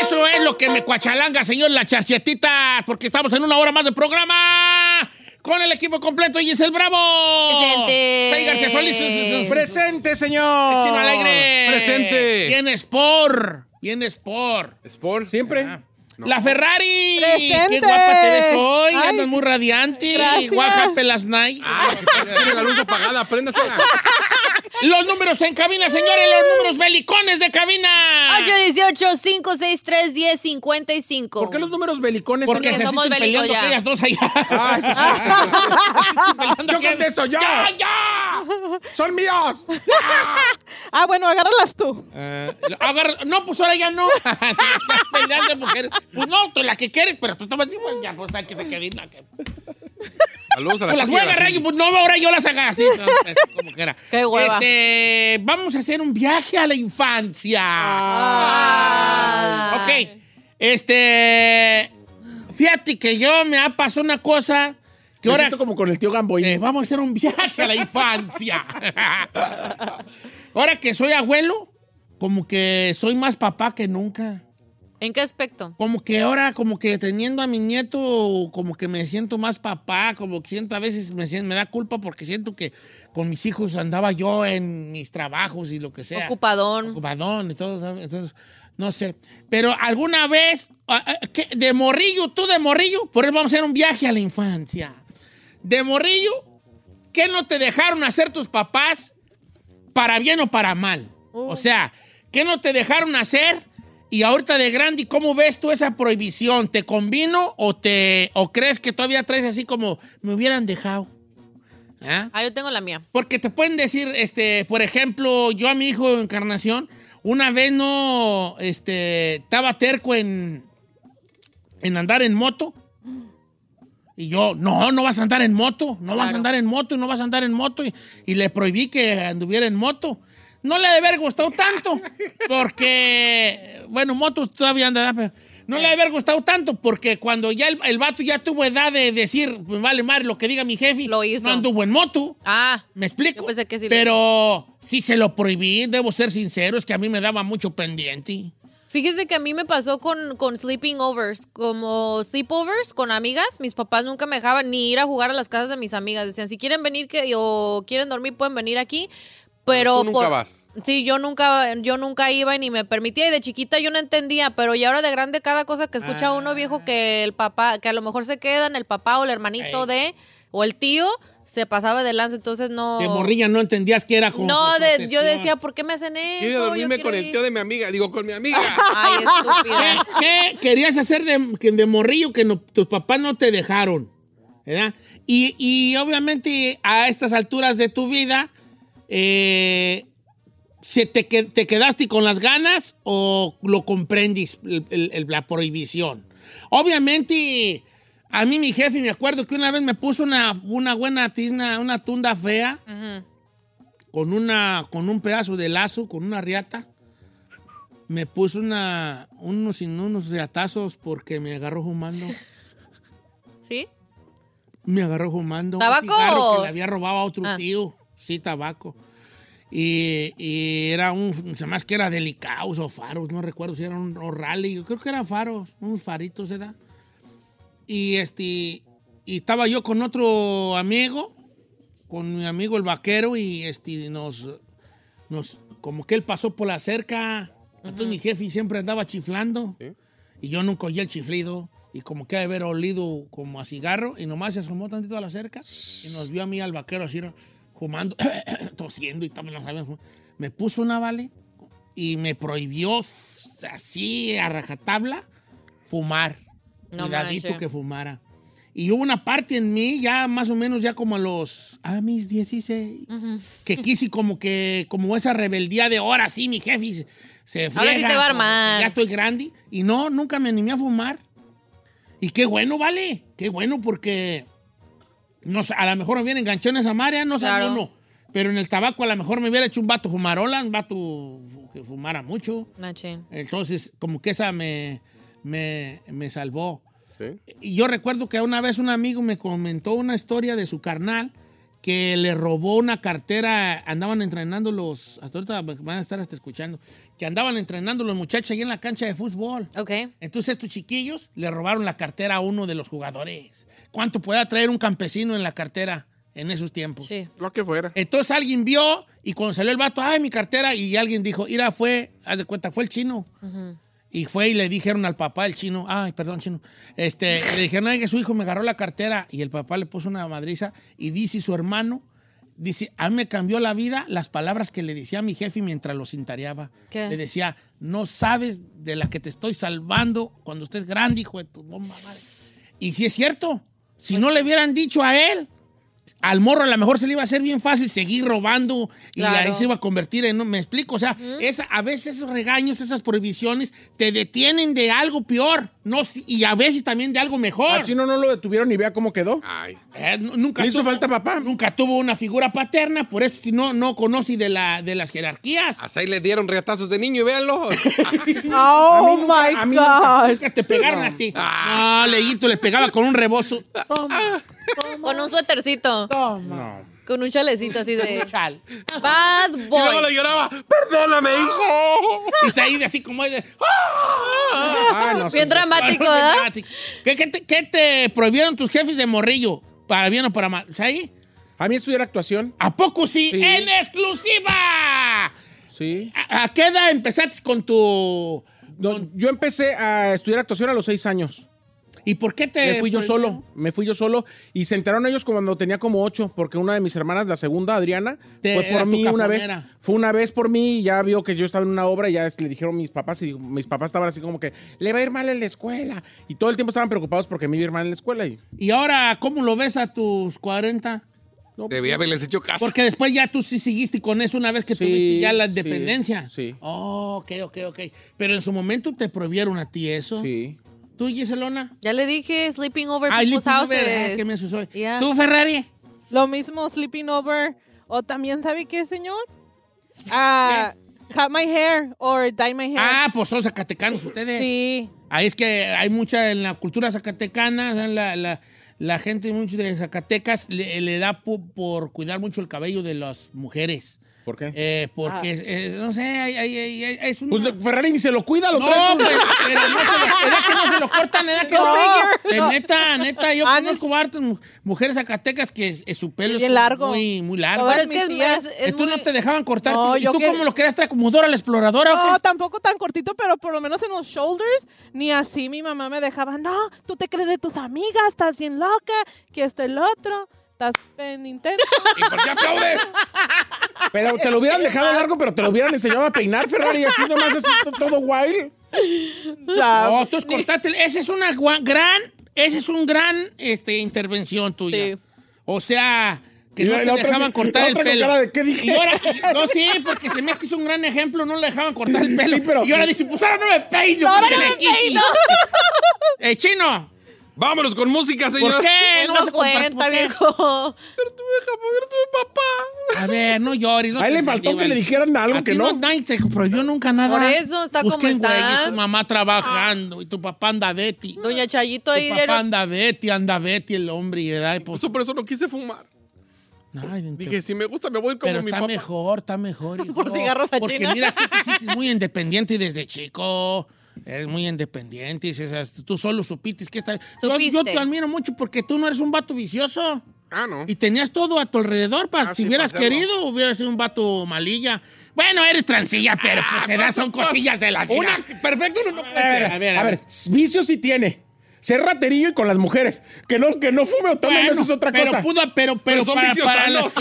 S2: Eso es lo que me cuachalanga, señor La Charchetita, porque estamos en una hora más de programa. con el equipo completo y es el Bravo. Presente. Féiganse, felices.
S5: Presente, señor.
S2: Chino Alegre.
S3: Presente.
S2: Vienes por. Vienes por.
S3: Sport. Ah.
S5: Siempre.
S2: La Ferrari.
S8: Presente.
S2: Qué guapa te ves hoy.
S8: Ay.
S2: Andas muy radiante.
S8: Gracias.
S2: Guapa pelas night.
S5: Ah.
S3: Ah, Tiene la luz apagada, apréndasela.
S2: Los números en cabina, señores. Los números belicones de cabina.
S4: 818-563-1055.
S5: ¿Por qué los números belicones?
S2: Porque
S4: Porque
S2: se
S4: somos
S2: están peleando
S4: bélicos ya.
S2: aquellas dos allá. (laughs)
S6: (laughs)
S5: Ah, sí, sí.
S2: Peleando
S5: Yo
S2: aquellas-
S5: contesto, yo.
S2: ¡Ya, ya!
S5: ¡Son míos!
S8: Ah, bueno, agárralas tú.
S2: Eh, agarra- no, pues ahora ya no. (laughs) Sí, estás peleando, mujer. Pues no, tú la que quieres, pero tú tomas así, pues ya, pues hay que se quede. la que-
S3: Saludos a la
S2: Pues las
S3: chica
S2: voy a
S3: de la
S2: agarrar y
S3: silla.
S2: pues no, ahora yo las agarro así. no, es como quiera.
S4: (laughs) Qué hueva.
S2: Este, vamos a hacer un viaje a la infancia.
S4: Ay.
S2: Ok. Este. Fíjate que yo me ha pasado una cosa que
S5: Yo
S2: ahora.
S5: siento como con el tío Gamboín.
S2: Eh, vamos a hacer un viaje a la
S5: (laughs)
S2: infancia. Ahora que soy abuelo, como que soy más papá que nunca.
S4: ¿En qué aspecto?
S2: Como que ahora, como que teniendo a mi nieto, como que me siento más papá, como que siento a veces, me, sien- me da culpa porque siento que con mis hijos andaba yo en mis trabajos y lo que sea.
S4: Ocupadón.
S2: Ocupadón y todo, ¿sabes? Entonces, no sé. Pero alguna vez, ah, ah, ¿qué? de morrillo, tú de morrillo, por eso vamos a hacer un viaje a la infancia. De morrillo, ¿qué no te dejaron hacer tus papás para bien o para mal? O sea, ¿qué no te dejaron hacer? Y ahorita de grande, ¿y cómo ves tú esa prohibición? ¿Te convino o te o crees que todavía traes así como me hubieran dejado? ¿Ah?
S4: Ah, yo tengo la mía.
S2: Porque te pueden decir, este, por ejemplo, yo a mi hijo Encarnación, una vez no, este, estaba terco en, en andar en moto. Y yo, no, no vas a andar en moto, no vas a andar en moto y no vas a andar en moto. Y, y le prohibí que anduviera en moto. No le ha de haber gustado tanto, porque, bueno, motos todavía anda, pero no le ha de haber gustado tanto, porque cuando ya el, el vato ya tuvo edad de decir, pues vale madre lo que diga mi jefe,
S4: Lo hizo.
S2: no anduvo en moto.
S4: Ah.
S2: ¿Me explico?
S4: Yo pensé que sí lo-
S2: Pero si se lo prohibí, debo ser sincero, es que a mí me daba mucho pendiente.
S4: Fíjese que a mí me pasó con, con sleeping overs, como sleepovers con amigas. Mis papás nunca me dejaban ni ir a jugar a las casas de mis amigas. Decían, si quieren venir que, o quieren dormir, pueden venir aquí. Pero
S3: Tú nunca
S4: por-
S3: vas.
S4: Sí, yo nunca, yo nunca iba y ni me permitía. Y de chiquita yo no entendía, pero ya ahora de grande cada cosa que escucha uno
S3: Ah.
S4: viejo que el papá, que a lo mejor se quedan el papá o el hermanito
S2: Ey.
S4: de, o el tío, se pasaba de lanza, entonces no...
S2: De morrilla no entendías que era como.
S4: No,
S2: por
S4: de- yo
S2: protección.
S4: decía, ¿por qué me hacen eso?
S3: Quiero ir a dormirme
S4: Yo
S3: con el
S4: quiero
S3: tío
S4: ir".
S3: de mi amiga. Digo, con mi amiga.
S4: (laughs)
S3: (laughs)
S4: Ay, estúpido.
S2: ¿Qué, qué querías hacer de, que de morrillo que no- tus papás no te dejaron? ¿Verdad? Y, y obviamente a estas alturas de tu vida, eh, ¿se te, que- te quedaste con las ganas o lo comprendís el- el- el- la prohibición? Obviamente, a mí mi jefe, me acuerdo que una vez me puso una, una buena tizna, una tunda fea, con, una, con un pedazo de lazo, con una riata me puso una, unos, unos riatazos porque me agarró
S4: (laughs)
S2: fumando.
S4: ¿Sí?
S2: Me agarró fumando. un
S4: ¿Tabaco?
S2: cigarro que le había robado a otro
S4: Ah.
S2: tío. Sí, tabaco. Y, y era un, se más que era delicados o faros, no recuerdo si era un o rally, yo creo que eran faros, unos faritos se da. Y este, y estaba yo con otro amigo, con mi amigo el vaquero, y este, nos, nos, como que él pasó por la cerca, entonces mi jefe siempre andaba chiflando. Y yo nunca oí el chiflido. Y como que ha de haber olido como a cigarro. Y nomás se asomó tantito a la cerca. Y nos vio a mí al vaquero así, ¿no? fumando, (coughs) tosiendo y tal. no sabemos. Me puso una vale. Y me prohibió s- así a rajatabla fumar.
S4: No
S2: Cuidadito
S4: manches.
S2: que fumara. Y hubo una parte en mí, ya más o menos, ya como a los. a mis 16. Que quise como que. como esa rebeldía de ahora sí, mi jefe se- se
S4: Ahora sí
S2: friega,
S4: te va a
S2: como que
S4: armar.
S2: Ya estoy grande. Y no, nunca me animé a fumar. Y qué bueno, vale. Qué bueno porque no, sé, a lo mejor me hubiera enganchado en esa marea, no sabía
S4: Claro.
S2: uno. Pero en el tabaco a lo mejor me hubiera hecho un vato fumarola, un vato que fumara mucho.
S4: Machín.
S2: Entonces, como que esa me, me, me salvó.
S3: Sí.
S2: Y yo recuerdo que una vez un amigo me comentó una historia de su carnal que le robó una cartera, andaban entrenando los, hasta ahorita van a estar hasta escuchando, que andaban entrenando los muchachos ahí en la cancha de fútbol.
S4: Ok.
S2: Entonces estos chiquillos le robaron la cartera a uno de los jugadores. ¿Cuánto pueda traer un campesino en la cartera en esos tiempos?
S4: Sí.
S3: Lo que fuera.
S2: Entonces alguien vio y cuando salió el vato, ay, mi cartera, y alguien dijo, ira, fue, haz de cuenta, fue el chino.
S4: Ujú.
S2: Y fue y le dijeron al papá, el chino, ay, perdón, chino, este, le dijeron, ay, que su hijo me agarró la cartera y el papá le puso una madriza y dice su hermano, dice, a mí me cambió la vida las palabras que le decía a mi jefe mientras lo cintareaba.
S4: ¿Qué?
S2: Le decía, no sabes de la que te estoy salvando cuando estés grande, hijo de tu bomba madre. Y si es cierto, si no le hubieran dicho a él, al morro a lo mejor se le iba a hacer bien fácil seguir robando y
S4: Claro.
S2: ahí se iba a convertir en, me explico, o sea, esa- a veces esos regaños, esas prohibiciones te detienen de algo peor, no si- y a veces también de algo mejor.
S5: Al chino Ah, no lo detuvieron y vea cómo quedó.
S3: Ay.
S2: Eh, nu- nunca
S5: Le hizo falta papá.
S2: Nunca tuvo una figura paterna, por eso no, no conoce de, la, de las jerarquías.
S3: Hasta ahí le dieron riatazos de niño y véanlo.
S8: Oh my
S5: a mí nunca-
S8: God.
S2: Nunca te pegaron a ti. Ah, Leguito le pegaba con un rebozo.
S4: Con un suétercito.
S2: No.
S4: Con un chalecito
S2: (laughs)
S4: así de.
S2: Chal.
S4: Bad
S3: Y luego le
S4: boy.
S3: lloraba, perdóname, hijo.
S2: Y Said así como... ella,
S5: Ah, no,
S4: Bien
S5: sí.
S4: dramático, ¿verdad?
S2: ¿Qué, qué te, qué te prohibieron tus jefes de morrillo? ¿Para bien o para mal? ¿Saí?
S5: A mí estudiar actuación.
S2: ¿A poco sí?
S5: Sí.
S2: ¡En exclusiva!
S5: Sí.
S2: ¿A, a qué edad empezaste con tu...?
S5: No, yo empecé a estudiar actuación a los seis años.
S2: ¿Y por qué te...?
S8: Eh,
S5: Me fui yo
S8: pues,
S2: prohibieron?
S5: solo, me fui yo solo. Y se enteraron ellos cuando tenía como ocho, porque una de mis hermanas, la segunda, Adriana,
S2: Te-
S5: fue
S2: era
S5: por
S2: tu
S5: mí una vez.
S2: caponera.
S5: Fue una vez por mí, y ya vio que yo estaba en una obra, y ya es- le dijeron mis papás, y dijo- mis papás estaban así como que, le va a ir mal en la escuela. Y todo el tiempo estaban preocupados porque me iba a ir mal en la escuela. Y,
S2: ¿Y ahora cómo lo ves a tus 40?
S5: no,
S3: Debía haberles hecho caso.
S2: Porque después ya tú sí seguiste con eso una vez que
S5: Sí,
S2: tuviste ya la
S5: sí,
S2: dependencia.
S5: sí.
S2: Oh, ok, ok, ok. Pero en su momento te prohibieron a ti eso.
S5: Sí.
S2: ¿Tú, Giselona?
S4: Ya le dije sleeping over
S2: Ay,
S4: people's
S2: Lipi, no
S4: houses.
S2: me- ah, que me asusó.
S4: Pues, Yeah.
S2: ¿Tú, Ferrari?
S8: Lo mismo sleeping over. O también, ¿sabe qué, señor? Ah, cut my hair or dye my hair.
S2: Ah, pues son zacatecanos ustedes.
S8: sí.
S2: Ahí es que hay mucha en la cultura zacatecana, o sea, la, la- la gente mucho de Zacatecas le, le da po- por cuidar mucho el cabello de las mujeres.
S5: ¿Por qué?
S2: Eh, porque, eh, no sé, hay- hay- hay- hay- es
S5: Ah.
S2: un...
S5: pues le- Ferrari ni se lo cuida, lo
S2: no,
S5: trae con-
S2: pero, pero no se lo, era que no se lo cortan, era que no. Eh,
S8: figure. No.
S2: Neta, neta, yo
S8: Ah, no.
S2: conozco hartas mu- mujeres zacatecas que es- es su pelo
S8: Bien
S2: es
S8: largo.
S2: muy, muy largo.
S8: Todas
S4: Pero es que es,
S8: mis tías.
S4: es- es
S2: Entonces
S4: muy-
S2: no te dejaban cortar.
S8: No,
S2: ¿Y
S8: yo
S2: tú
S8: que-
S2: cómo lo querías traer? ¿Como Dora la exploradora o
S8: No,
S2: qué?
S8: tampoco tan cortito, pero por lo menos en los shoulders, ni así mi mamá me dejaba. No, tú te crees de tus amigas, estás bien loca, que esto el otro, estás en
S2: (laughs)
S8: Nintendo.
S3: ¿Y por qué aplaudes?
S5: Pero te lo hubieran
S9: eh,
S5: dejado largo, pero te lo hubieran enseñado a peinar, Ferrari, y así nomás así to- todo wild.
S4: Ah,
S8: La-
S2: No, tú cortaste. Esa es una gua- gran, esa es un gran este, intervención tuya.
S4: Sí.
S2: O sea, que
S5: Y
S2: no
S5: la-
S2: te
S5: la otra
S2: dejaban
S5: sí-
S2: cortar
S5: la
S2: el
S5: otra con
S2: pelo.
S5: cara de, ¿qué dije?
S2: Y ahora, y- no, sí, porque se me hace que es un gran ejemplo, no le dejaban cortar el pelo.
S5: Sí, pero-
S2: y ahora dice, pues ahora no me peino,
S8: Ahora
S2: pues se
S8: no
S2: le
S8: me
S2: quite.
S8: peino.
S2: (laughs) Eh, chino,
S3: Vámonos con música,
S2: ¿por
S3: señor.
S2: qué?
S4: Él
S2: vas a
S4: no
S2: compartir? ¿Por
S4: cuenta,
S2: qué?
S4: viejo.
S3: pues,
S2: A ver, no llores. No
S5: Ahí
S2: te
S5: le faltó que le dijeran algo
S2: A
S5: que
S2: ti
S5: no.
S2: Nadie te prohibió nunca nada.
S4: Por eso está
S2: Pues
S4: como
S2: qué güey,
S4: está.
S2: y tu mamá trabajando y tu papá anda Betty.
S4: Doña Chayito ahí
S2: Tu papá
S4: dieron.
S2: anda Betty, anda Betty el hombre, y ¿verdad? Y pues,
S3: Eso por eso no quise fumar.
S2: ay, ven que-
S3: Dije, si me gusta, me voy como
S2: pero
S3: mi
S2: está
S3: papá.
S2: mejor, está mejor.
S4: (laughs)
S2: hijo.
S4: Por cigarros a
S2: Porque
S4: China.
S2: mira, tú te hiciste
S4: (laughs)
S2: muy independiente desde chico. Eres muy independiente. dices, "Ah, tú solo supiste que está... Yo, yo
S4: Supiste.
S2: te admiro mucho porque tú no eres un vato vicioso.
S3: Ah, no.
S2: Y tenías todo a tu alrededor para
S3: Ah,
S2: si
S3: sí,
S2: hubieras
S3: para hacerlo.
S2: querido, hubieras sido un vato malilla. Bueno, eres transilla, pero pues
S3: Ah,
S2: se da, son cosillas de la vida.
S3: Una, perfecto, no, no puede
S2: (laughs)
S5: A ver,
S3: ser.
S2: A ver, a
S5: a
S2: ver.
S5: ver, vicio sí tiene. Ser raterillo y con las mujeres. Que no, que no fume o tome,
S2: Bueno,
S5: eso es otra
S2: pero
S5: cosa.
S2: pudo, pero, pero,
S3: Pero son
S2: para,
S3: vicios
S2: para la- (laughs) Ah,
S3: sanos.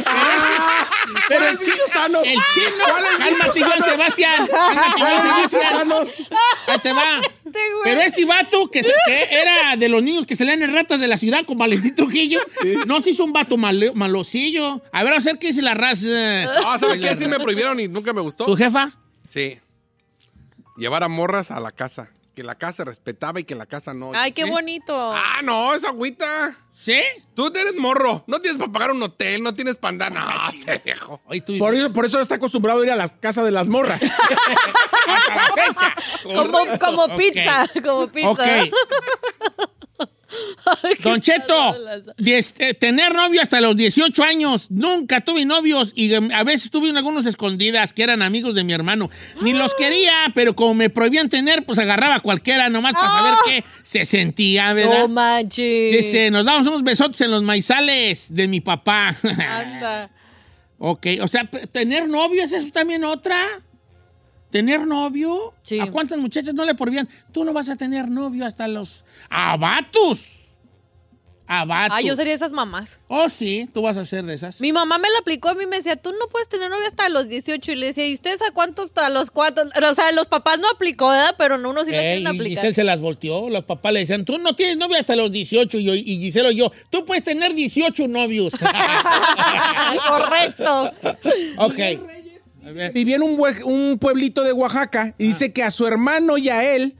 S2: pero el
S5: ¿Cuáles vicios
S2: chino,
S9: Eh,
S5: sanos?
S2: el chino,
S5: ¿Cuáles
S2: cálmate,
S5: vicios
S2: Joan
S5: sanos?
S2: Sebastián, cálmate, Joan
S5: Ay, vicios
S2: Sebastián.
S5: sanos.
S2: Ahí te va. Pero este vato que, se- que era de los niños que se leían en ratas de la ciudad con Valentín Trujillo, no se hizo un vato malo- malosillo. A ver, a ver qué dice la raza.
S3: Ah, ¿sabes qué? Así me prohibieron y nunca me gustó.
S2: ¿Tu jefa?
S3: Sí. Llevar a morras a la casa. Que la casa respetaba y que la casa no.
S4: Ay, qué
S3: ¿Sí?
S4: bonito.
S3: Ah, no, esa agüita.
S2: ¿Sí?
S3: Tú eres morro. No tienes para pagar un hotel, no tienes para andar. No, ese viejo.
S2: Hoy tú
S5: Por eso, por eso está acostumbrado a ir a las casas de las morras.
S2: (laughs) hasta la fecha.
S4: Como, como
S2: Ok.
S4: pizza. Como pizza.
S2: Ok. Don Cheto, diez- eh, tener novio hasta los 18 años. Nunca tuve novios y em, a veces tuve algunos escondidas que eran amigos de mi hermano. Ni los quería, pero como me prohibían tener, pues agarraba a cualquiera nomás para saber qué se sentía, ¿verdad?
S4: No manches.
S2: Dice, nos damos unos besotes en los maizales de mi papá.
S8: Anda.
S2: (laughs) ok, o sea, p- tener novios es eso también otra. ¿Tener novio? ¿A cuántas muchachas no le porvían? Tú no vas a tener novio hasta los... ¡Abatus! ¡Abatus!
S4: Ah, yo sería esas mamás.
S2: Oh, sí, tú vas a ser de esas.
S4: Mi mamá me la aplicó a mí me decía, tú no puedes tener novia hasta los 18. Y le decía, ¿y ustedes a cuántos? A los cuatro. O sea, los papás no aplicó, ¿verdad? Pero no, uno sí la
S2: Ey,
S4: quieren
S2: y
S4: aplicar.
S2: Giselle se las volteó, los papás le decían, tú no tienes novia hasta los 18, y, yo- y Giselle o yo, tú puedes tener 18 novios.
S4: (laughs)
S2: (laughs)
S4: Correcto.
S2: ok.
S5: Vivía en un, bue- un pueblito de Oaxaca y dice que a su hermano y a él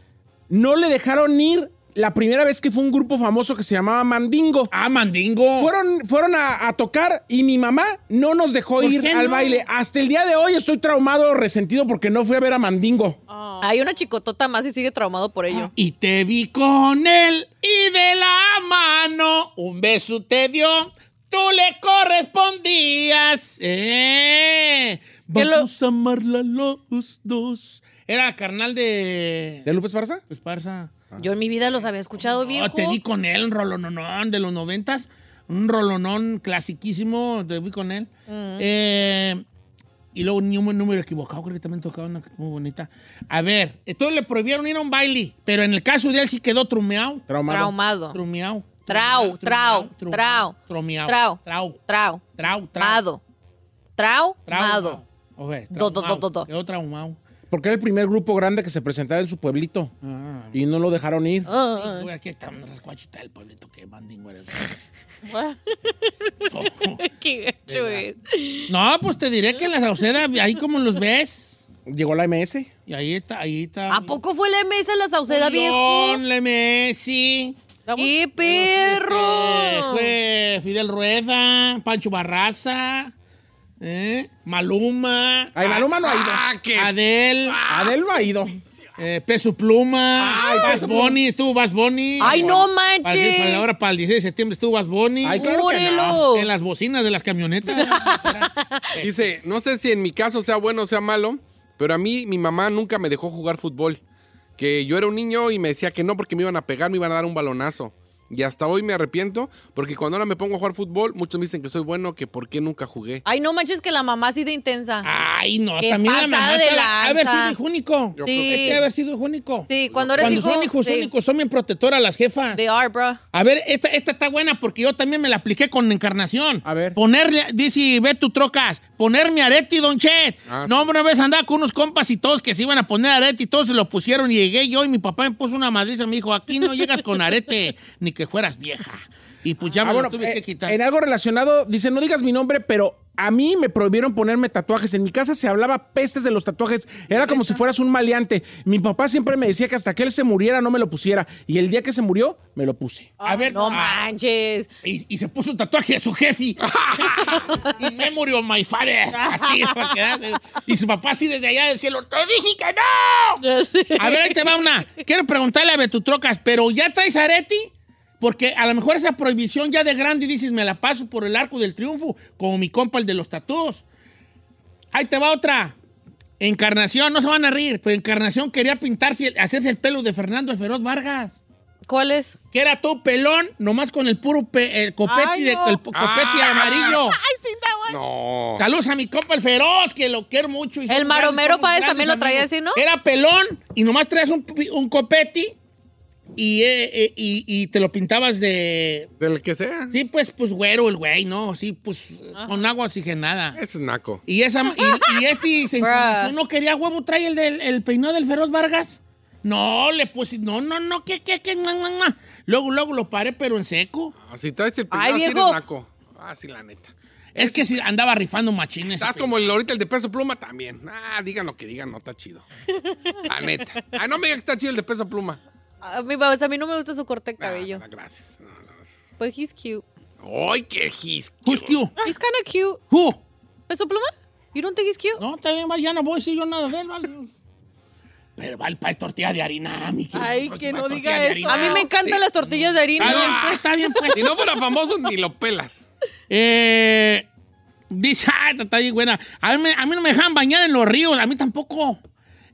S5: no le dejaron ir la primera vez que fue un grupo famoso que se llamaba Mandingo.
S2: Ah, Mandingo.
S5: Fueron, fueron a, a tocar y mi mamá no nos dejó
S2: ¿Por
S5: ir
S2: qué
S5: al
S2: no?
S5: baile. Hasta el día de hoy estoy traumado, resentido porque no fui a ver a Mandingo.
S4: Hay una chicotota más y sigue traumado por ello.
S2: Y te vi con él y de la mano un beso te dio, tú le correspondías. Eh,
S4: Que lo-
S2: vamos a amarla los dos. Era carnal de...
S5: ¿De López Parza?
S2: Esparza.
S4: Yo en mi vida los había escuchado bien.
S2: ah. No, Ah, te vi con él, un rolononón de los noventas. Un rolonón clasiquísimo, te vi con él.
S4: Mm.
S2: Eh, y luego ni un número equivocado, creo que también tocaba una muy bonita. A ver, entonces le prohibieron ir a un baile, pero en el caso de él sí quedó trumeado.
S5: Traumado.
S4: Traumado.
S2: Trumeado.
S4: Trau, trau, trau.
S2: Trumeado.
S4: Trau.
S2: Trau.
S4: Trau.
S2: Trau. Trau.
S4: Mado. Trau.
S2: Traumado.
S4: Mado.
S2: Ok,
S4: Do, do, do, do, do.
S2: Quedó traumado.
S5: Porque era el primer grupo grande que se presentaba en su pueblito
S2: Ah,
S5: y no lo dejaron ir.
S4: Ah,
S2: Uy, aquí está un rascuachita del pueblito que mandingo eres.
S4: (laughs) Qué gacho es.
S2: No, pues te diré que en la Sauceda, ahí como los ves.
S5: Llegó la MS.
S2: Y ahí está, ahí está.
S4: ¿A poco fue la mesa la Sauceda viejo?
S2: León, Le Messi. eh,
S4: ¡Qué perro!
S2: Fue Fidel Rueda, Pancho Barraza, ¿eh? Maluma.
S5: Ay, Maluma no ha ido.
S3: Ah, qué
S2: Adel,
S5: Adel no ha ido.
S2: eh, Peso Pluma,
S5: Ay,
S2: Bas
S5: Peso Pluma.
S2: Bunny, estuvo Bas Bunny.
S4: ¡Ay, no
S2: Para el- para-
S4: manches!
S2: ahora para el 16 de septiembre estuvo Bas Bunny.
S5: Ay, claro que no.
S4: ¡Júrelo!
S2: En las bocinas de las camionetas.
S4: (laughs)
S3: Dice, no sé si en mi caso sea bueno o sea malo, pero a mí mi mamá nunca me dejó jugar fútbol. Que yo era un niño y me decía que no porque me iban a pegar, me iban a dar un balonazo. Y hasta hoy me arrepiento porque cuando ahora me pongo a jugar fútbol, muchos me dicen que soy bueno, que por qué nunca jugué.
S4: Ay, no manches que la mamá así de intensa.
S2: Ay, no,
S4: Qué
S2: también la
S4: pasada
S2: mamá.
S4: de
S2: estaba- Haber
S4: lanza.
S2: sido hijo único.
S4: creo que
S2: Es que haber sido hijo único.
S4: Sí, cuando eres
S2: Cuando
S4: hijo...
S2: son hijos
S4: sí.
S2: únicos, son bien protectoras las jefas.
S4: They are, bro.
S2: A ver, esta, esta está buena porque yo también me la apliqué con Encarnación.
S5: A ver.
S2: Ponerle, dice, ve tu trocas, ponerme arete, don Chet.
S3: Ah,
S2: no, hombre, una vez andaba con unos compas y todos que se iban a poner arete y todos se lo pusieron y llegué yo y mi papá me puso una madriza y me dijo, aquí no llegas con arete, ni que fueras vieja. Y pues ya
S5: Ah,
S2: me
S5: bueno,
S2: lo tuve
S5: eh,
S2: que quitar.
S5: En algo relacionado, dice, no digas mi nombre, pero a mí me prohibieron ponerme tatuajes. En mi casa se hablaba pestes de los tatuajes. Era como si fueras un maleante. Mi papá siempre me decía que hasta que él se muriera no me lo pusiera. Y el día que se murió, me lo puse.
S2: A ver,
S4: No
S2: ah,
S4: manches.
S2: Y, y se puso un tatuaje de su jefe. In memory of my father. Así va a quedar. Y su papá así desde allá del cielo. ¡Te dije que no! A ver, ahí te va una. Quiero preguntarle a Betutrocas, ¿pero ya traes areti? Porque a lo mejor esa prohibición ya de grande dices, me la paso por el arco del triunfo, como mi compa el de los tatuos. Ahí te va otra. Encarnación, no se van a reír, pero Encarnación quería pintarse, hacerse el pelo de Fernando el Feroz Vargas
S4: ¿Cuál es?
S2: que era todo pelón, nomás con el puro pe- el copete,
S8: Ay,
S2: de-
S8: no.
S2: el po- copete
S4: Ah. (laughs)
S2: amarillo.
S8: Ay, sí, da guay.
S3: No.
S2: Saludos a mi compa el feroz, que lo quiero mucho. y somos
S4: El Maromero
S2: grandes, somos
S4: Páez
S2: grandes
S4: también lo traía
S2: amigos.
S4: así, ¿no?
S2: Era pelón y nomás traías un, pi- un copete y, eh, eh, y- y te lo pintabas de...
S3: Del que sea.
S2: Sí, pues, pues güero el güey, ¿no? Sí, pues con agua oxigenada.
S3: Ese es naco.
S2: Y, esa, y, y este se
S4: Bruh.
S2: encaminó, no quería huevo, trae el, del, el peinado del Feroz Vargas. No, le puse, no, no, no, que, que, que, na, na, na. Luego, luego lo paré, pero en seco.
S3: Ah, Si traes el
S4: Ay,
S3: peinado, sí eres
S4: viejo.
S3: naco. Ah, sí, la neta.
S2: Es que si andaba rifando machines. este.
S3: Estás como el, ahorita el de peso pluma también. Ah, digan lo que digan, no está chido. La neta. Ah, no me digas que está chido el de peso pluma.
S4: A mí, o sea, a mí no me gusta su corte de
S3: Ah,
S4: cabello.
S3: no, gracias. No, no,
S4: But he's cute.
S3: no. Ay, qué gis.
S2: Who's you?
S4: He's kind of cute.
S2: Who?
S4: ¿Peso pluma? You don't think he's cute?
S2: No, está bien, va, ya no voy a decir yo nada de él. vale. Pero vale para tortilla de harina, mi
S8: Ay, que no diga
S2: de
S8: eso.
S2: harina.
S4: A mí me encantan las tortillas de harina.
S2: Está bien, pues, está bien, pues.
S3: Si no fuera famoso, ni lo pelas.
S2: Eh, dice, ah, esta está bien buena. A mí, me- a mí no me dejan bañar en los ríos, a mí tampoco.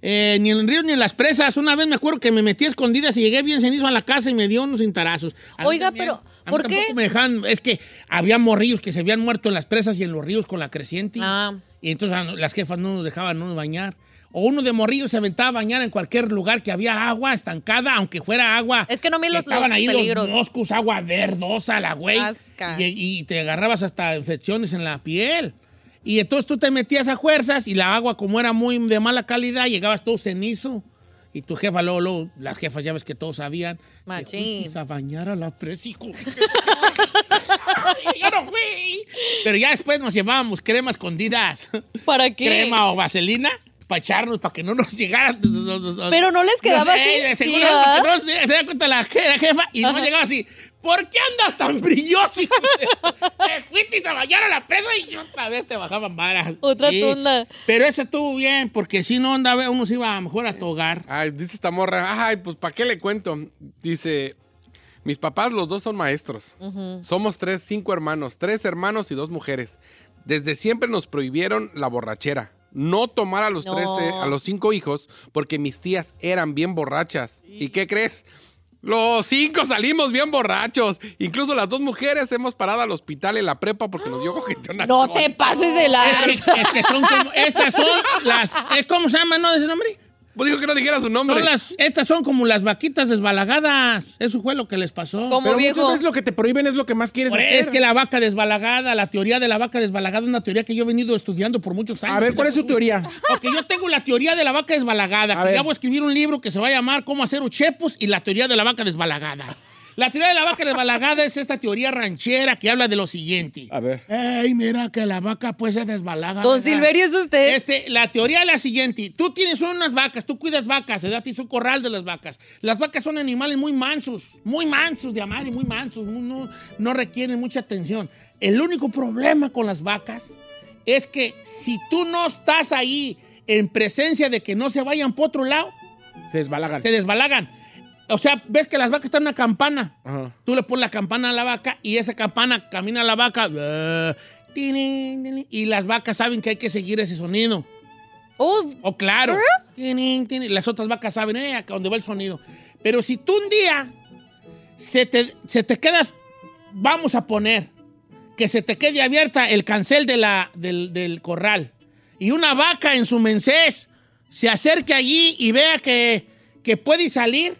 S2: Eh, ni en el río ni en las presas. Una vez me acuerdo que me metí a escondidas y llegué bien cenizo a la casa y me dio unos cintarazos. A mí
S4: Oiga,
S2: también,
S4: pero,
S2: a mí
S4: ¿por qué?
S2: tampoco me dejan. Es que había morrillos que se habían muerto en las presas y en los ríos con la creciente.
S4: Ah.
S2: Y entonces a no- las jefas no nos dejaban no nos bañar. O uno de morrillos se aventaba a bañar en cualquier lugar que había agua estancada, aunque fuera agua.
S4: Es que no me
S2: que
S4: los, los
S2: estaban ahí
S4: peligros.
S2: los moscos, agua verdosa, la güey.
S4: Asca.
S2: Y, y te agarrabas hasta infecciones en la piel. Y entonces tú te metías a fuerzas y la agua, como era muy de mala calidad, llegabas todo cenizo. Y tu jefa, luego, luego, las jefas, ya ves que todos sabían. te
S4: Machín.
S2: fuisteis a bañar a la presa, (laughs) hijo. Yo no fui. Pero ya después nos llevábamos crema escondidas.
S4: (laughs) ¿Para qué?
S2: Crema o vaselina para echarnos, para que no nos llegaran.
S4: Pero no les quedaba
S2: sé,
S4: así.
S2: de seguro,
S4: Sí,
S2: porque
S4: ¿ah?
S2: no se, se da cuenta la, je- la jefa y no
S4: Ajá.
S2: llegaba así. ¿Por qué andas tan brilloso? hijo
S4: (laughs)
S2: de- Te fuiste a bañar a la presa y otra vez te bajaban varas.
S4: Otra
S2: Sí.
S4: tunda.
S2: Pero ese estuvo bien, porque si no andaba, uno se iba a mejor a tu hogar.
S3: Ay, dice esta morra, ay, pues ¿para qué le cuento? Dice, mis papás los dos son maestros. Somos tres, cinco hermanos, tres hermanos y dos mujeres. Desde siempre nos prohibieron la borrachera. No tomar a los
S4: No.
S3: tres, eh, a los cinco hijos, porque mis tías eran bien borrachas. ¿Y qué crees? Los cinco salimos bien borrachos. Incluso las dos mujeres hemos parado al hospital en la prepa porque
S4: (gasps)
S3: nos dio congestión.
S4: No
S3: alcohólica.
S4: te pases de la.
S2: Es que, es que son como, estas son las, eh, ¿cómo se llama, no, de ese nombre?
S3: Pues dijo que no dijera su nombre.
S2: Son las, estas son como las vaquitas desbalagadas. Eso fue lo que les pasó.
S4: Como
S5: Pero muchas
S4: viejo.
S5: veces lo que te prohíben es lo que más quieres
S2: Por-
S5: hacer.
S2: Es que la vaca desbalagada, la teoría de la vaca desbalagada es una teoría que yo he venido estudiando por muchos años.
S5: A ver, ¿cuál es su teoría?
S2: Porque yo tengo la teoría de la vaca desbalagada.
S5: A
S2: que ya
S5: ver.
S2: voy a escribir un libro que se va a llamar Cómo hacer uchepos y la teoría de la vaca desbalagada. La teoría de la vaca desbalagada es esta teoría ranchera que habla de lo siguiente.
S5: A ver.
S2: Ay, mira que la vaca pues se desbalaga.
S4: Don
S2: ¿verdad?
S4: Silverio es usted.
S2: Este, la teoría es la siguiente. Tú tienes unas vacas, tú cuidas vacas, ¿verdad? Tienes un corral de las vacas. Las vacas son animales muy mansos, muy mansos de amar y muy mansos. muy- no, no requieren mucha atención. El único problema con las vacas es que si tú no estás ahí en presencia de que no se vayan por otro lado,
S5: Se desbalagan.
S2: se desbalagan. O sea, ves que las vacas están en una campana.
S5: Ajá.
S2: Tú le pones la campana a la vaca y esa campana camina a la vaca. eh, tirin, tirin, Y las vacas saben que hay que seguir ese sonido.
S4: Uh,
S2: O Oh, claro. tirin, tirin, Las otras vacas saben eh, a dónde va el sonido. Pero si tú un día se te, se te quedas, vamos a poner, que se te quede abierta el cancel de la, del, del corral y una vaca en su mensés se acerque allí y vea que, que puede salir.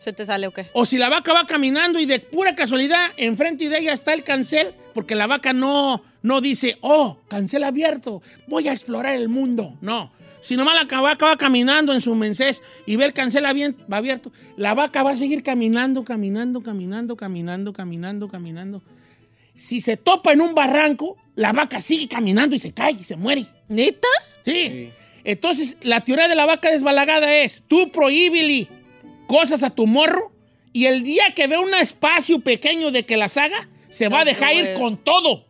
S4: ¿Se te sale o qué?
S2: O si la vaca va caminando y de pura casualidad enfrente de ella está el cancel, porque la vaca no, no dice, oh, cancel abierto, voy a explorar el mundo. No. Si nomás la ca- vaca va caminando en su mensés y ve el cancel abien- abierto, la vaca va a seguir caminando, caminando, caminando, caminando, caminando, caminando. Si se topa en un barranco, la vaca sigue caminando y se cae y se muere.
S4: ¿Neta?
S2: Sí. Entonces, la teoría de la vaca desbalagada es, tú prohíbile cosas a tu morro y el día que ve un espacio pequeño de que las haga, se va a dejar ir
S4: güey.
S2: con todo.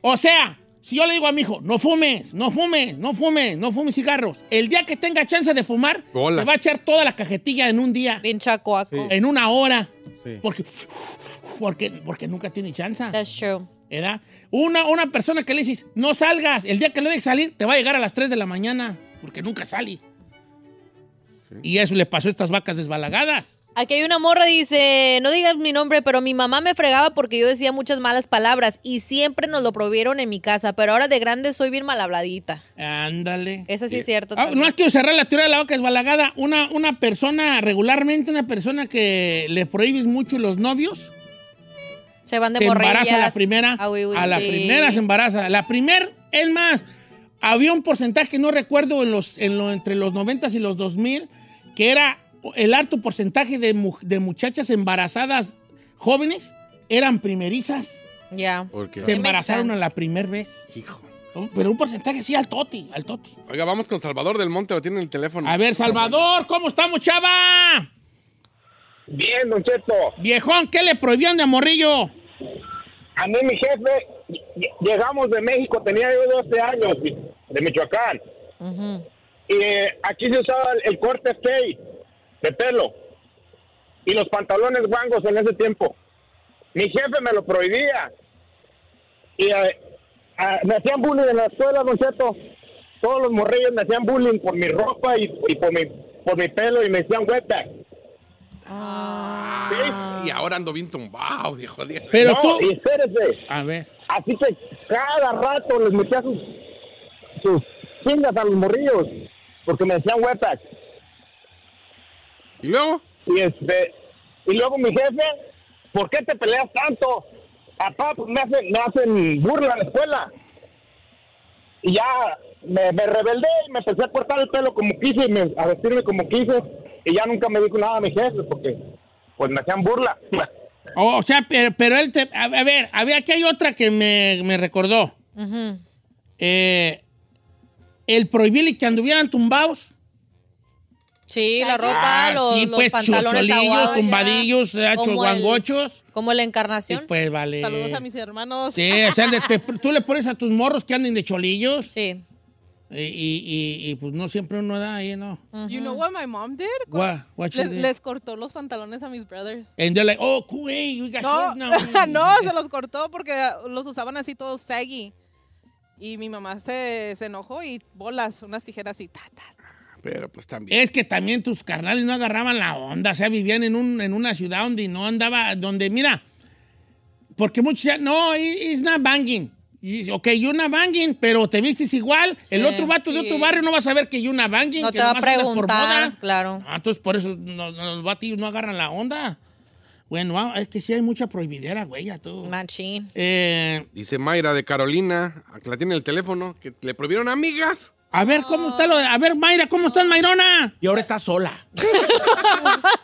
S2: O sea, si yo le digo a mi hijo, no fumes, no fumes, no fumes, no fumes cigarros, el día que tenga chance de fumar,
S3: Hola.
S2: se va a echar toda la cajetilla en un día,
S4: Bien chacoaco.
S2: en una hora,
S5: Sí.
S2: porque, porque, porque nunca tiene chance.
S4: That's true.
S2: ¿verdad? Una, una persona que le dices, no salgas, el día que le dejes salir, te va a llegar a las 3 de la mañana, porque nunca sale. Y eso le pasó a estas vacas desbalagadas.
S4: Aquí hay una morra, dice, no digas mi nombre, pero mi mamá me fregaba porque yo decía muchas malas palabras y siempre nos lo prohibieron en mi casa, pero ahora de grande soy bien mal habladita.
S2: Ándale.
S4: Eso sí es cierto.
S2: Ah, no
S4: también.
S2: has quiero cerrar la teoría de la vaca desbalagada. Una, una persona, regularmente una persona que le prohíbes mucho los novios,
S4: se van de
S2: se embaraza la
S4: morrillas.
S2: primera.
S4: Ah, oui, oui,
S2: a la
S4: sí.
S2: primera se embaraza. La primera, es más, había un porcentaje, no recuerdo, en los, en lo, entre los 90 y los 2000, que era el alto porcentaje de, mu- de muchachas embarazadas jóvenes, eran primerizas.
S4: Ya.
S3: Porque-
S2: Se embarazaron
S4: makes
S2: a
S4: sense.
S2: la primera vez.
S3: Hijo.
S2: Pero un porcentaje sí al toti, al toti.
S3: Oiga, vamos con Salvador del Monte, lo tiene en el teléfono.
S2: A ver, Salvador, ¿cómo estamos, chava?
S9: Bien, Don Cheto.
S2: Viejón, ¿qué le prohibían de morrillo?
S9: A mí, mi jefe, ll- llegamos de México, tenía yo 12 años, de Michoacán. y eh, aquí se usaba el, el corte fade de pelo y los pantalones guangos en ese tiempo. Mi jefe me lo prohibía y eh, ah, me hacían bullying en la escuela, Don Cheto. Todos los morrillos me hacían bullying por mi ropa y, y por mi por mi pelo y me decían wetback.
S3: Y ahora ando bien tumbado, viejo.
S9: Pero tú. Y espérese.
S2: A ver.
S9: Así que cada rato les metía sus, sus chingas a los morrillos. Porque me decían huepas.
S3: ¿Y luego?
S9: Y, este, y luego mi jefe, ¿por qué te peleas tanto? Papá, pues me hacen, me hacen burla en la escuela. Y ya me, me rebeldé y me empecé a cortar el pelo como quise y me, a vestirme como quise. Y ya nunca me dijo nada a mi jefe porque pues me hacían burla.
S2: Oh, o sea, pero, pero él te. A, a ver, a ver, aquí hay otra que me, me recordó.
S4: Ujú.
S2: Eh, el prohibirle que anduvieran tumbados.
S4: Sí, la ropa,
S2: Ah,
S4: los,
S2: sí,
S4: los
S2: pues,
S4: pantalones
S2: chocholillos,
S4: aguados,
S2: tumbadillos,
S4: ya.
S2: eh,
S4: Como el-
S2: chuangochos.
S4: Como la encarnación.
S2: Pues vale.
S8: Saludos a mis hermanos.
S2: Sí, o sea, de- te- tú le pones a tus morros que anden de cholillos.
S4: Sí.
S2: Y, y- y- y, pues no siempre uno da ahí, ¿no?
S8: You know what my mom did?
S2: What- what she
S8: Les-
S2: did?
S8: Les cortó los pantalones a mis brothers.
S2: And they're like, oh, cool, hey, you got
S5: Ah,
S8: No,
S2: shorts now.
S8: (laughs) no, se los cortó porque los usaban así todos saggy. Y mi mamá se, se enojó y bolas, unas tijeras y ta, ta.
S3: Pero pues también.
S2: Es que también tus carnales no agarraban la onda, o sea, vivían en, un, en una ciudad donde no andaba, donde, mira, porque muchos decían, no, i- it's not banging. Y dice, ok, you're not banging, pero te vistes igual, el
S4: Sí,
S2: otro vato de
S4: sí.
S2: otro barrio no va a saber que you're not banging,
S4: No
S2: que
S4: te va a
S2: nomás andas por
S4: preguntar,
S2: moda.
S4: claro.
S2: Ah, entonces por eso no- no- los batillos no agarran la onda. Bueno, ah, es que sí hay mucha prohibidera, güey, a tú.
S4: Machín.
S2: Eh,
S3: Dice Mayra de Carolina, que la tiene en el teléfono, que le prohibieron amigas.
S2: a ver, ¿cómo está lo de- A ver, Mayra, ¿cómo estás, Mayrona?
S5: Y ahora está sola.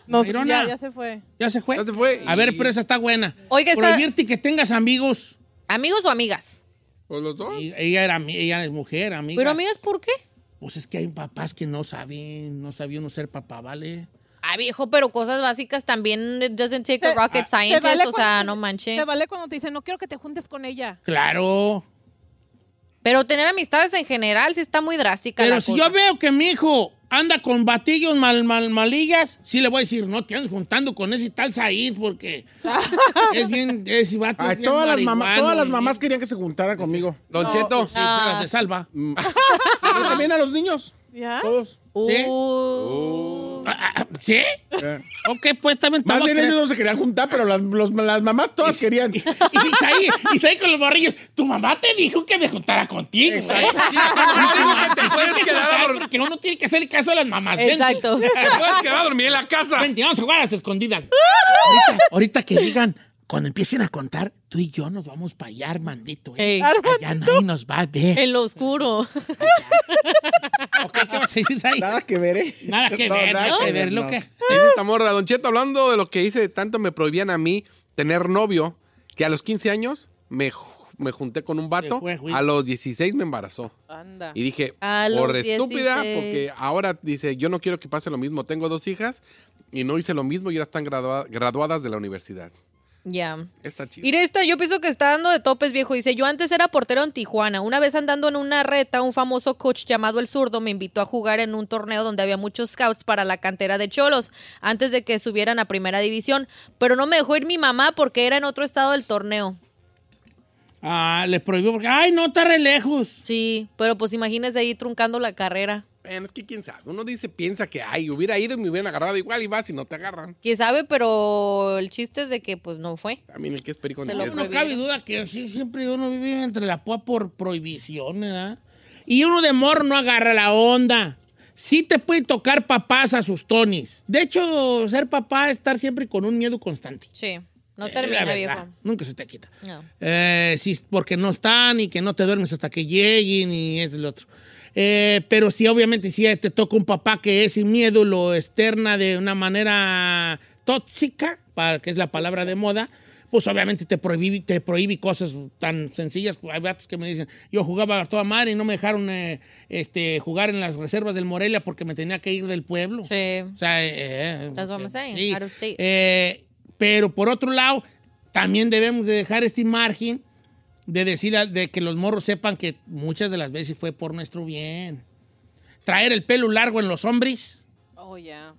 S8: No,
S2: Mirona.
S8: ya, ya se fue.
S2: ¿Ya se fue?
S3: Ya se fue.
S2: A ver, pero esa está buena.
S4: Oiga, está-
S2: Prohibirte que tengas amigos.
S4: ¿Amigos o amigas?
S3: Pues los dos.
S2: Y- ella era ami- ella es mujer, amiga.
S4: ¿Pero amigas por qué?
S2: Pues es que hay papás que no saben, no sabía uno ser papá, ¿vale?
S4: Ah, viejo, pero cosas básicas también. It doesn't take a
S8: Se-
S4: rocket
S8: se
S4: scientist,
S8: vale
S4: o sea,
S8: cuando-
S4: no manches.
S8: Te vale cuando te dicen, no quiero que te juntes con ella.
S2: Claro.
S4: Pero tener amistades en general sí está muy drástica.
S2: Pero
S4: la
S2: si
S4: cosa.
S2: yo veo que mi hijo anda con batillos mal, mal, malillas, sí le voy a decir, no te andes juntando con ese tal Said,
S4: (laughs)
S2: porque es bien, ese vato es
S5: Ay,
S2: bien
S5: todas, las mamá-
S2: marihuano
S5: todas las
S2: y
S5: mamás
S2: bien-
S5: querían que se juntaran conmigo.
S3: Don Cheto.
S4: pues,
S2: Sí,
S4: Ah.
S2: pero se salva.
S5: (laughs) Pero también a los niños.
S8: ¿Ya?
S5: Todos.
S2: ¿Sí?
S4: Uh.
S2: Ah, ah, ¿Sí? Ok, pues también
S5: Eh. Más
S2: estaba
S5: bien
S2: cre-
S5: ellos no se querían juntar, pero las, los- las mamás todas querían.
S2: (laughs) Y Isaí, Isaí con los barrillos, tu mamá te dijo que me juntara contigo.
S5: Exacto.
S2: (laughs) ¿eh?
S3: Tu mamá dijo que te puedes
S2: Tienes que
S3: quedar a
S2: juntar
S3: dormir.
S2: Porque uno tiene que hacer caso a las mamás. Ven, (laughs)
S4: Exacto.
S3: Te puedes quedar a dormir en la casa.
S2: Vente, vamos a jugar a las
S4: (laughs)
S2: escondidas. ahorita, ahorita que digan, cuando empiecen a contar, tú y yo nos vamos para allá, Armandito. ¿eh?
S4: Ey,
S2: Allá nadie nos va a ver.
S4: en lo
S2: (laughs)
S4: oscuro.
S2: Ok, ¿qué vas a decir,
S3: (laughs)
S2: Isaí?
S5: Nada que ver, ¿eh?
S2: Nada que
S5: No,
S2: ver,
S5: nada
S2: nada
S5: que
S2: que
S5: ver,
S2: ver, lo
S5: no.
S2: que...
S3: Dice esta morra, Don Cheto, hablando de lo que hice, tanto me prohibían a mí tener novio, que a los 15 años me, ju- me junté con un vato,
S2: Se fue, güey.
S3: a los 16 me embarazó.
S8: Anda.
S3: Y dije,
S4: A los
S3: por estúpida,
S4: 16.
S3: porque ahora dice, yo no quiero que pase lo mismo, tengo dos hijas y no hice lo mismo y ahora están gradua- graduadas de la universidad.
S4: Ya.
S3: Está chido.
S4: Mira esta, yo pienso que está dando de topes, viejo. Dice, yo antes era portero en Tijuana. Una vez andando en una reta, un famoso coach llamado El Zurdo me invitó a jugar en un torneo donde había muchos scouts para la cantera de Cholos, antes de que subieran a primera división. Pero no me dejó ir mi mamá porque era en otro estado del torneo.
S2: Ah, les prohibió porque, ay, no, está re lejos.
S4: Sí, pero pues imagínese ahí truncando la carrera.
S3: Bueno, es que quién sabe, uno dice, piensa que, ay, hubiera ido y me hubieran agarrado igual y vas y no te agarran.
S4: Quién sabe, pero el chiste es de que pues no fue.
S3: También el que es perico en
S4: Te lo
S3: riesgo.
S2: No cabe duda que sí, siempre uno vive entre la púa por prohibición, ¿verdad? Y uno de morro no agarra la onda. Sí te puede tocar papás a sus tonis. De hecho, ser papá es estar siempre con un miedo constante.
S4: Sí, no
S2: Eh, la
S4: termina,
S2: verdad,
S4: viejo.
S2: Nunca se te quita.
S4: No.
S2: Eh, sí, porque no están y que no te duermes hasta que lleguen y es lo otro. Eh, pero sí, obviamente, si te toca un papá que ese miedo lo externa de una manera tóxica, para que es la palabra de moda, pues obviamente te prohíbe, te prohíbe cosas tan sencillas. Hay vatos que me dicen, yo jugaba a toda madre y no me dejaron eh, este, jugar en las reservas del Morelia porque me tenía que ir del pueblo.
S4: Sí.
S2: O sea, eh, eh,
S4: That's what I'm saying,
S2: sí.
S4: out of state.
S2: Eh, pero por otro lado, también debemos de dejar este margen de decir a- de que los morros sepan que muchas de las veces fue por nuestro bien. traer el pelo largo en los hombres?
S8: Oh, yeah.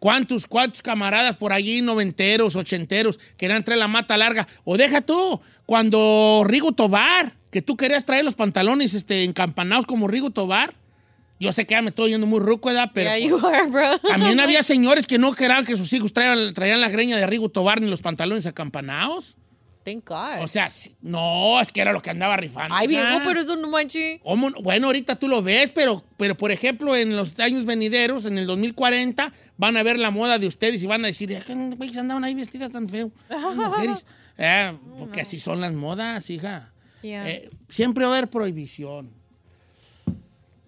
S2: ¿Cuántos, cuántos camaradas por allí, noventeros, ochenteros, querían traer la mata larga? O deja tú, cuando Rigo Tobar, que tú querías traer los pantalones este, encampanados como Rigo Tobar. Yo sé que ya me estoy yendo muy ruco, ¿verdad? Pero
S4: Yeah, you are, bro.
S2: también
S4: (laughs)
S2: había señores que no querían que sus hijos traían, traían la greña de Rigo Tobar ni los pantalones acampanados.
S4: Thank God.
S2: O sea, sí, no, es que era lo que andaba rifando.
S4: Ay, viejo,
S2: Ah.
S4: pero eso no manches.
S2: ¿Cómo no? Bueno, ahorita tú lo ves, pero, pero por ejemplo, en los años venideros, en el 2040, van a ver la moda de ustedes y van a decir, "Ah, güeyes andaban ahí vestidas tan feo. Las
S4: (laughs)
S2: mujeres". Eh, porque así son las modas, hija.
S4: Yeah.
S2: Eh, siempre va a haber prohibición.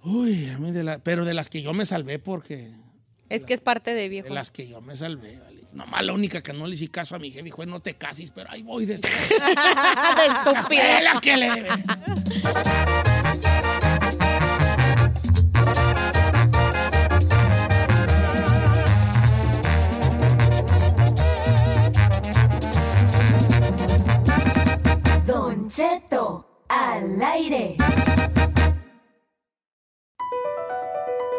S2: Uy, a mí de la- pero de las que yo me salvé porque...
S4: es que es parte de viejo.
S2: De las que yo me salvé, vale. Nomás la única que no le hice caso a mi jefe fue no te cases, pero ahí voy de...
S4: de (laughs) estúpido.
S2: de la que le debe.
S10: Don Cheto, al aire.